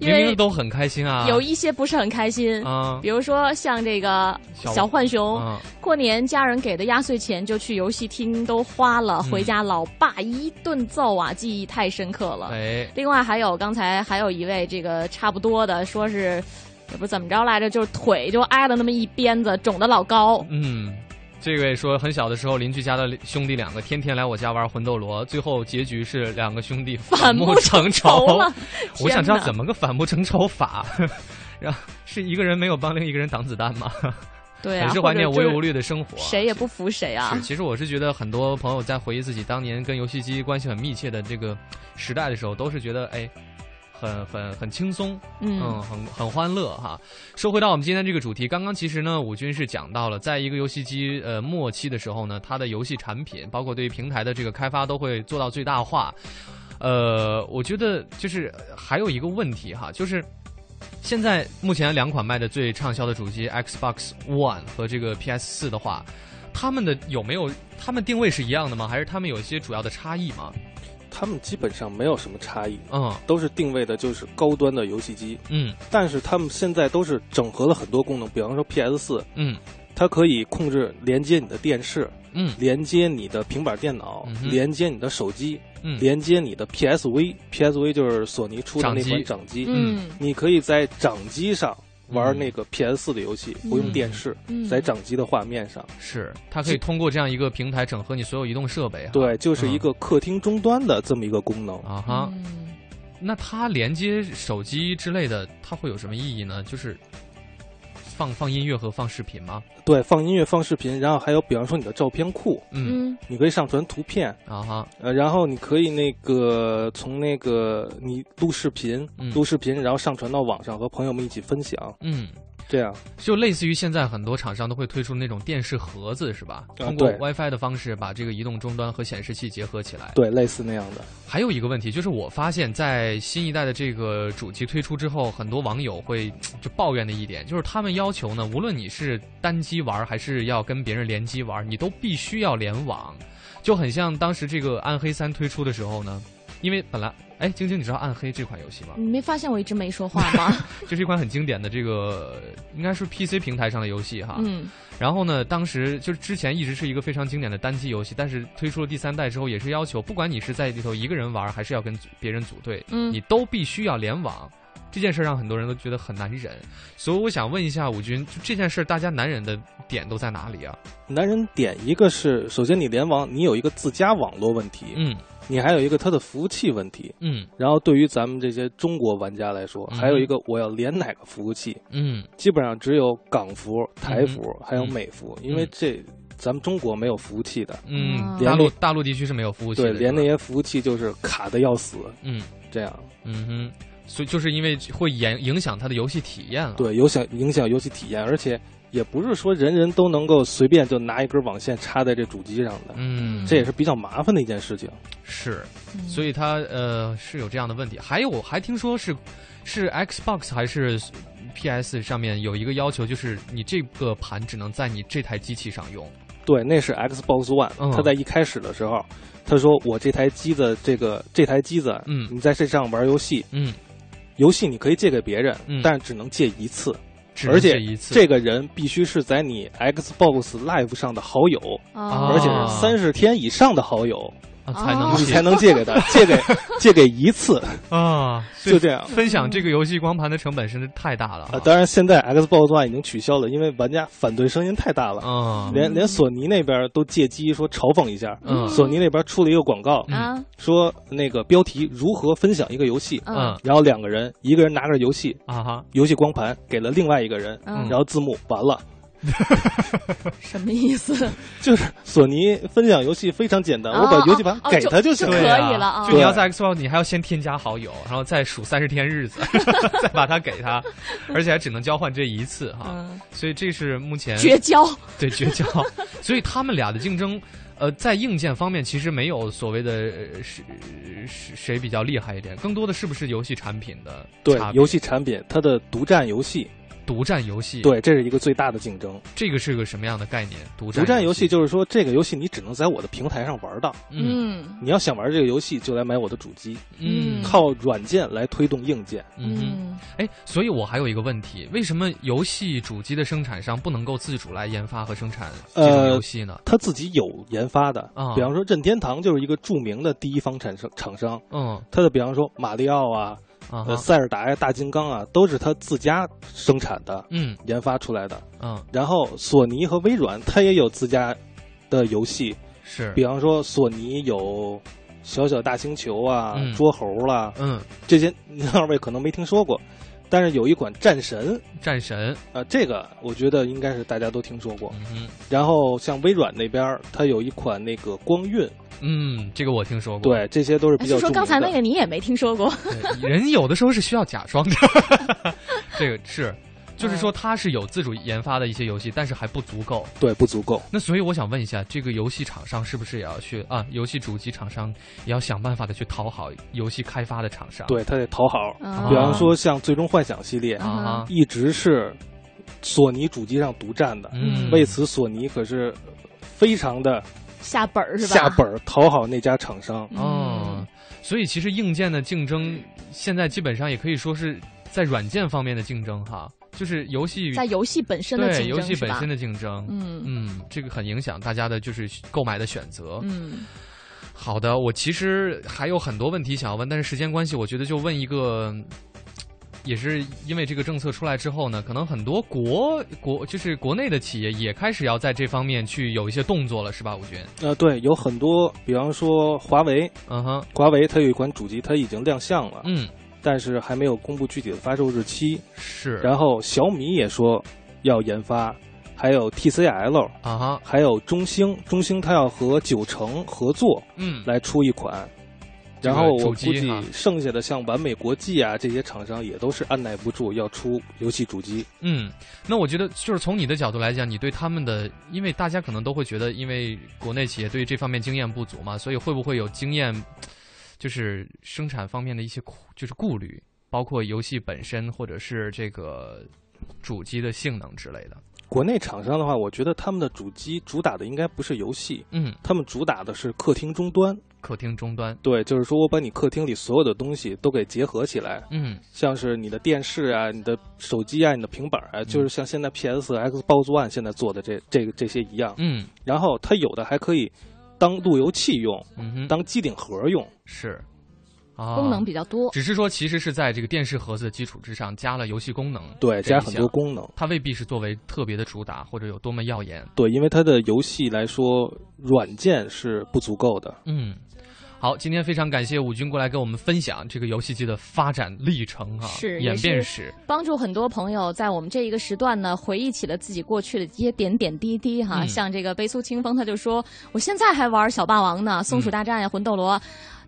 Speaker 3: 因
Speaker 4: 明明
Speaker 3: 为
Speaker 4: 都很开心啊，
Speaker 3: 有一些不是很开心。
Speaker 4: 啊，
Speaker 3: 比如说像这个
Speaker 4: 小
Speaker 3: 小浣熊，
Speaker 4: 嗯
Speaker 3: 过年家人给的压岁钱就去游戏厅都花了，
Speaker 4: 嗯
Speaker 3: 回家老爸一顿揍啊，记忆太深刻了。
Speaker 4: 哎，
Speaker 3: 另外还有刚才还有一位这个差不多的，说是也不是怎么着来着，就是腿就挨了那么一鞭子，肿的老高。
Speaker 4: 嗯。这位说，很小的时候，邻居家的兄弟两个天天来我家玩魂斗罗，最后结局是两个兄弟
Speaker 3: 反
Speaker 4: 目
Speaker 3: 目
Speaker 4: 成
Speaker 3: 仇啊了
Speaker 4: 我想知道
Speaker 3: 天哪
Speaker 4: 怎么个反目成 仇法，然后是一个人没有帮另一个人挡子弹吗？
Speaker 3: 对啊，
Speaker 4: 很是怀念
Speaker 3: 或
Speaker 4: 无
Speaker 3: 者就
Speaker 4: 忧
Speaker 3: 是
Speaker 4: 无虑的生活。
Speaker 3: 谁也不服谁啊
Speaker 4: 是，。其实我是觉得很多朋友在回忆自己当年跟游戏机关系很密切的这个时代的时候，都是觉得哎，很很很轻松，
Speaker 3: 嗯
Speaker 4: 嗯，很很欢乐哈。说回到我们今天这个主题，刚刚其实呢，武军是讲到了，在一个游戏机呃末期的时候呢，它的游戏产品，包括对于平台的这个开发，都会做到最大化。呃，我觉得就是呃还有一个问题哈，就是。现在目前两款卖的最畅销的主机 Xbox One 和这个 PS 4的话，他们的有没有他们定位是一样的吗？还是他们有一些主要的差异吗？
Speaker 5: 他们基本上没有什么差异，
Speaker 4: 嗯
Speaker 5: 都是定位的就是高端的游戏机，
Speaker 4: 嗯
Speaker 5: 但是他们现在都是整合了很多功能，比方说 PS 四，
Speaker 4: 嗯
Speaker 5: 它可以控制连接你的电视，
Speaker 4: 嗯
Speaker 5: 连接你的平板电脑
Speaker 4: 嗯，哼
Speaker 5: 连接你的手机，
Speaker 4: 嗯，
Speaker 5: 连接你的 PSV，PSV 就是索尼出的那
Speaker 4: 掌机
Speaker 5: 款掌机，
Speaker 3: 嗯
Speaker 5: 你可以在掌机上玩
Speaker 4: 嗯
Speaker 5: 那个 PS 四的游戏，不用电视，
Speaker 3: 嗯
Speaker 5: 在掌机的画面上。
Speaker 4: 是，它可以通过这样一个平台整合你所有移动设备哈。
Speaker 5: 对，就是一个客厅终端的这么一个功能。
Speaker 4: 啊哈。
Speaker 5: 嗯
Speaker 4: 那它连接手机之类的，它会有什么意义呢？就是放放音乐和放视频吗？
Speaker 5: 对，放音乐、放视频，然后还有比方说你的照片库，
Speaker 4: 嗯
Speaker 3: 嗯
Speaker 5: 你可以上传图片，
Speaker 4: 啊哈，
Speaker 5: 呃，然后你可以那个从那个你录视频
Speaker 4: 嗯，
Speaker 5: 录视频，然后上传到网上和朋友们一起分享，
Speaker 4: 嗯，
Speaker 5: 这样。
Speaker 4: 就类似于现在很多厂商都会推出那种电视盒子是吧？
Speaker 5: 啊
Speaker 4: 通过
Speaker 5: 对
Speaker 4: WiFi 的方式把这个移动终端和显示器结合起来。
Speaker 5: 对，类似那样的。
Speaker 4: 还有一个问题，就是我发现，在新一代的这个主机推出之后，很多网友会就抱怨的一点，就是他们要求呢，无论你是单机玩还是要跟别人联机玩，你都必须要联网，就很像当时这个《暗黑三》推出的时候呢， 因为本来，哎，晶晶，你知道《暗黑》这款游戏吗？
Speaker 3: 你没发现我一直没说话吗？
Speaker 4: 这是一款很经典的这个，应该是 PC 平台上的游戏哈。
Speaker 3: 嗯
Speaker 4: 然后呢，当时就是之前一直是一个非常经典的单机游戏，但是推出了第三代之后，也是要求不管你是在里头一个人玩，还是要跟组别人组队，
Speaker 3: 嗯
Speaker 4: 你都必须要联网。这件事让很多人都觉得很难忍，所以我想问一下武军，就这件事大家难忍的点都在哪里啊？
Speaker 5: 男人点一个是，首先你联网，你有一个自家网络问题，
Speaker 4: 嗯
Speaker 5: 你还有一个它的服务器问题。
Speaker 4: 嗯
Speaker 5: 然后对于咱们这些中国玩家来说，
Speaker 4: 嗯
Speaker 5: 还有一个我要连哪个服务器，
Speaker 4: 嗯
Speaker 5: 基本上只有港服、台服、还有
Speaker 4: 嗯
Speaker 5: 美服，因为这咱们中国没有服务器的，
Speaker 4: 嗯，
Speaker 5: 连
Speaker 4: 大陆
Speaker 5: 那
Speaker 4: 大陆地区是没有服务器的，
Speaker 5: 对，连那
Speaker 4: 是吧
Speaker 5: 些服务器就是卡的要死，
Speaker 4: 嗯
Speaker 5: 这样
Speaker 4: 嗯哼，所以就是因为会影影响它的游戏体验了。，
Speaker 5: 对有响影响游戏体验，而且也不是说人人都能够随便就拿一根网线插在这主机上的，
Speaker 4: 嗯，
Speaker 5: 这也是比较麻烦的一件事情。
Speaker 4: 是，所
Speaker 3: 嗯
Speaker 4: 以它呃是有这样的问题。还有，我还听说是是 Xbox 还是 PS 上面有一个要求，就是你这个盘只能在你这台机器上用。
Speaker 5: 对，那是 Xbox One，、
Speaker 4: 嗯
Speaker 5: 它在一开始的时候，他说我这台机子，这个这台机子，
Speaker 4: 嗯
Speaker 5: 你在这上玩游戏，
Speaker 4: 嗯，
Speaker 5: 游戏你可以借给别人，
Speaker 4: 嗯
Speaker 5: 但只能借一次，
Speaker 4: 只能
Speaker 5: 而且
Speaker 4: 这一次
Speaker 5: 这个人必须是在你 Xbox Live 上的好友，
Speaker 3: 哦
Speaker 5: 而且
Speaker 4: 啊
Speaker 5: 是三十天以上的好友，
Speaker 4: 啊才能
Speaker 3: 哦
Speaker 5: 你
Speaker 4: 解
Speaker 5: 才能借 给他，借给借给一次，
Speaker 4: 啊，所以
Speaker 5: 哦就这样。
Speaker 4: 分享这个游戏光盘的成本真是太大了
Speaker 5: 啊，当然现在 Xbox One 已经取消了，因为玩家反对声音太大了。
Speaker 4: 啊，
Speaker 5: 连连索尼那边都借机说嘲讽一下，
Speaker 4: 嗯
Speaker 5: 索尼那边出了一个广告，
Speaker 3: 啊
Speaker 5: 说那个标题如何分享一个游戏，
Speaker 4: 嗯
Speaker 5: 然后两个人，一个人拿着游戏
Speaker 4: 啊哈，
Speaker 5: 游戏光盘给了另外一个人，
Speaker 3: 嗯
Speaker 5: 然后字幕完了，
Speaker 3: 什么意思？
Speaker 5: 就是索尼分享游戏非常简单，
Speaker 3: 哦
Speaker 5: 我把游戏盘
Speaker 3: 哦
Speaker 5: 给他就行
Speaker 3: 就
Speaker 5: 了。
Speaker 3: 可
Speaker 4: 对啊
Speaker 3: 以了啊
Speaker 4: 就你要
Speaker 5: 对
Speaker 4: 在 Xbox，你还要先添加好友，然后再数三十天日子， 再把它给他，而且还只能交换这一次哈。
Speaker 3: 嗯
Speaker 4: 所以这是目前
Speaker 3: 绝交
Speaker 4: 对绝交， 所以他们俩的竞争。呃，在硬件方面，其实没有所谓的呃是是谁比较厉害一点，更多的是不是游戏产品的
Speaker 5: 对
Speaker 4: 差别
Speaker 5: 游戏产品，它的独占游戏，
Speaker 4: 独占游戏，，
Speaker 5: 对，这是一个最大的竞争。
Speaker 4: 这个是个什么样的概念？独占
Speaker 5: 独占游戏
Speaker 4: 戏，
Speaker 5: 就是说，这个游戏你只能在我的平台上玩到，
Speaker 4: 嗯
Speaker 5: 你要想玩这个游戏，就来买我的主机，
Speaker 4: 嗯
Speaker 5: 靠软件来推动硬件。
Speaker 4: 嗯哼。哎，所以我还有一个问题，为什么游戏主机的生产商不能够自主来研发和生产这种
Speaker 5: 呃
Speaker 4: 游戏呢？
Speaker 5: 它自己有研发的
Speaker 4: 啊，
Speaker 5: 比方说任天堂就是一个著名的第一方产生厂商，
Speaker 4: 嗯
Speaker 5: 它的比方说马里奥啊、
Speaker 4: 啊哈，
Speaker 5: 呃塞尔达呀、大金刚啊，都是它自家生产的、
Speaker 4: 嗯
Speaker 5: 研发出来的。
Speaker 4: 嗯，
Speaker 5: 然后索尼和微软，它也有自家的游戏，
Speaker 4: 是，
Speaker 5: 比方说索尼有。小小大星球啊，
Speaker 4: 嗯
Speaker 5: 捉猴啦、
Speaker 4: 嗯，
Speaker 5: 这些 您二位可能没听说过，但是有一款战神
Speaker 4: 战神，
Speaker 5: 啊、呃这个我觉得应该是大家都听说过。
Speaker 4: 嗯哼
Speaker 5: 然后像微软那边儿，它有一款那个光晕，
Speaker 4: 嗯，这个我听说过。
Speaker 5: 对，这些都是比较
Speaker 3: 哎是
Speaker 5: 著
Speaker 3: 说
Speaker 5: 名的。
Speaker 3: 刚才那个你也没听说过？
Speaker 4: 对， 人有的时候是需要假装的， 这个是，就是说它是有自主研发的一些游戏，但是还不足够。
Speaker 5: 对不足够，
Speaker 4: 那所以我想问一下，这个游戏厂商是不是也要去啊？游戏主机厂商也要想办法的去讨好游戏开发的厂商。
Speaker 5: 对，它得讨好。
Speaker 3: 啊
Speaker 5: 比方说像《最终幻想》系列，
Speaker 3: 哦
Speaker 4: 啊哈，
Speaker 5: 一直是索尼主机上独占的，
Speaker 4: 嗯，
Speaker 5: 为此索尼可是非常的
Speaker 3: 下本儿是吧？嗯
Speaker 5: 下本儿讨好那家厂商。
Speaker 4: 哦，所以其实硬件的竞争现在基本上也可以说是在软件方面的竞争哈，就是游戏
Speaker 3: 在游戏本身的
Speaker 4: 对
Speaker 3: 竞
Speaker 4: 游
Speaker 3: 争
Speaker 4: 戏
Speaker 3: 是
Speaker 4: 本
Speaker 3: 吧
Speaker 4: 身？的竞争，
Speaker 3: 嗯
Speaker 4: 嗯，这个很影响大家的就是购买的选择。
Speaker 3: 嗯，
Speaker 4: 好的，我其实还有很多问题想要问，但是时间关系，我觉得就问一个。嗯也是因为这个政策出来之后呢，可能很多国国就是国内的企业也开始要在这方面去有一些动作了，是吧？吴军，
Speaker 5: 呃，对，有很多，比方说华为，
Speaker 4: 嗯哼，
Speaker 5: 华为它有一款主机，它已经亮相了，
Speaker 4: 嗯，
Speaker 5: 但是还没有公布具体的发售日期。
Speaker 4: 是，
Speaker 5: 然后小米也说要研发，还有 TCL，
Speaker 4: 啊哈，
Speaker 5: 还有中兴，中兴它要和九成合作
Speaker 4: 嗯，
Speaker 5: 来出一款。
Speaker 4: 这
Speaker 5: 然
Speaker 4: 个
Speaker 5: 后我
Speaker 4: 主
Speaker 5: 估
Speaker 4: 机
Speaker 5: 计
Speaker 4: 哈
Speaker 5: 剩下的像完美国际啊这些厂商也都是按耐不住要出游戏主机。
Speaker 4: 嗯，那我觉得就是从你的角度来讲，你对他们的，因为大家可能都会觉得，因为国内企业对于这方面经验不足嘛，所以会不会有经验，就是生产方面的一些苦，就是顾虑，包括游戏本身或者是这个主机的性能之类的。
Speaker 5: 国内厂商的话，我觉得他们的主机主打的应该不是游戏，
Speaker 4: 嗯，
Speaker 5: 他们主打的是客厅终端。
Speaker 4: 客厅终端，
Speaker 5: 对，就是说我把你客厅里所有的东西都给结合起来，
Speaker 4: 嗯
Speaker 5: 像是你的电视啊、你的手机啊、你的平板啊，就是像现在 PS、Xbox One 现在做的这这个这些一样。
Speaker 4: 嗯
Speaker 5: 然后它有的还可以当路由器用，
Speaker 4: 嗯哼，
Speaker 5: 当机顶盒用。
Speaker 4: 是啊，
Speaker 3: 功能比较多。
Speaker 4: 只是说其实是在这个电视盒子的基础之上加了游戏功能，
Speaker 5: 对，加很多，功能。
Speaker 4: 它未必是作为特别的主打或者有多么耀眼。
Speaker 5: 对，因为它的游戏来说，软件是不足够的。
Speaker 4: 嗯，好，今天非常感谢武军过来跟我们分享这个游戏机的发展历程啊，
Speaker 3: 是
Speaker 4: 演
Speaker 3: 也
Speaker 4: 变
Speaker 3: 是
Speaker 4: 史。
Speaker 3: 帮助很多朋友在我们这一个时段呢，回忆起了自己过去的一些点点滴滴哈。
Speaker 4: 嗯
Speaker 3: 像这个悲苏清风，他就说，我现在还玩小霸王呢，松鼠大战呀、魂斗
Speaker 4: 嗯
Speaker 3: 罗。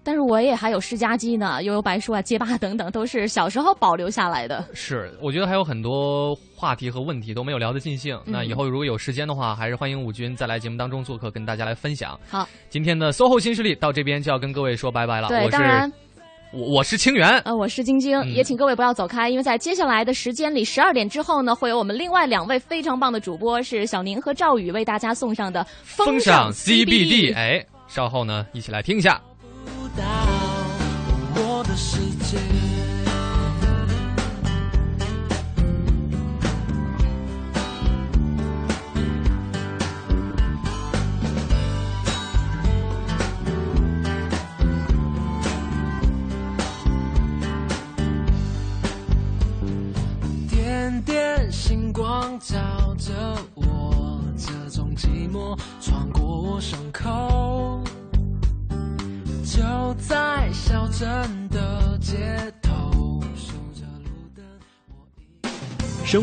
Speaker 3: 但是我也还有世嘉机呢，悠悠白书啊、街霸等等，都是小时候保留下来的。
Speaker 4: 是，我觉得还有很多话题和问题都没有聊得尽兴。
Speaker 3: 嗯
Speaker 4: 那以后如果有时间的话，还是欢迎武军再来节目当中做客，跟大家来分享。
Speaker 3: 好，
Speaker 4: 今天的 SOHO 新势力到这边就要跟各位说拜拜了。
Speaker 3: 对，
Speaker 4: 啊我
Speaker 3: 当然
Speaker 4: 是，我我是清源。
Speaker 3: 呃，我是晶晶，
Speaker 4: 嗯
Speaker 3: 也请各位不要走开，因为在接下来的时间里，十二点之后呢，会有我们另外两位非常棒的主播，是小宁和赵宇为大家送上的
Speaker 4: 风尚 CBD，
Speaker 3: CBD。
Speaker 4: 哎，稍后呢一起来听一下。
Speaker 7: 不到我的世界。点点星光照着我，这种寂寞穿过我伤口。就在小镇的街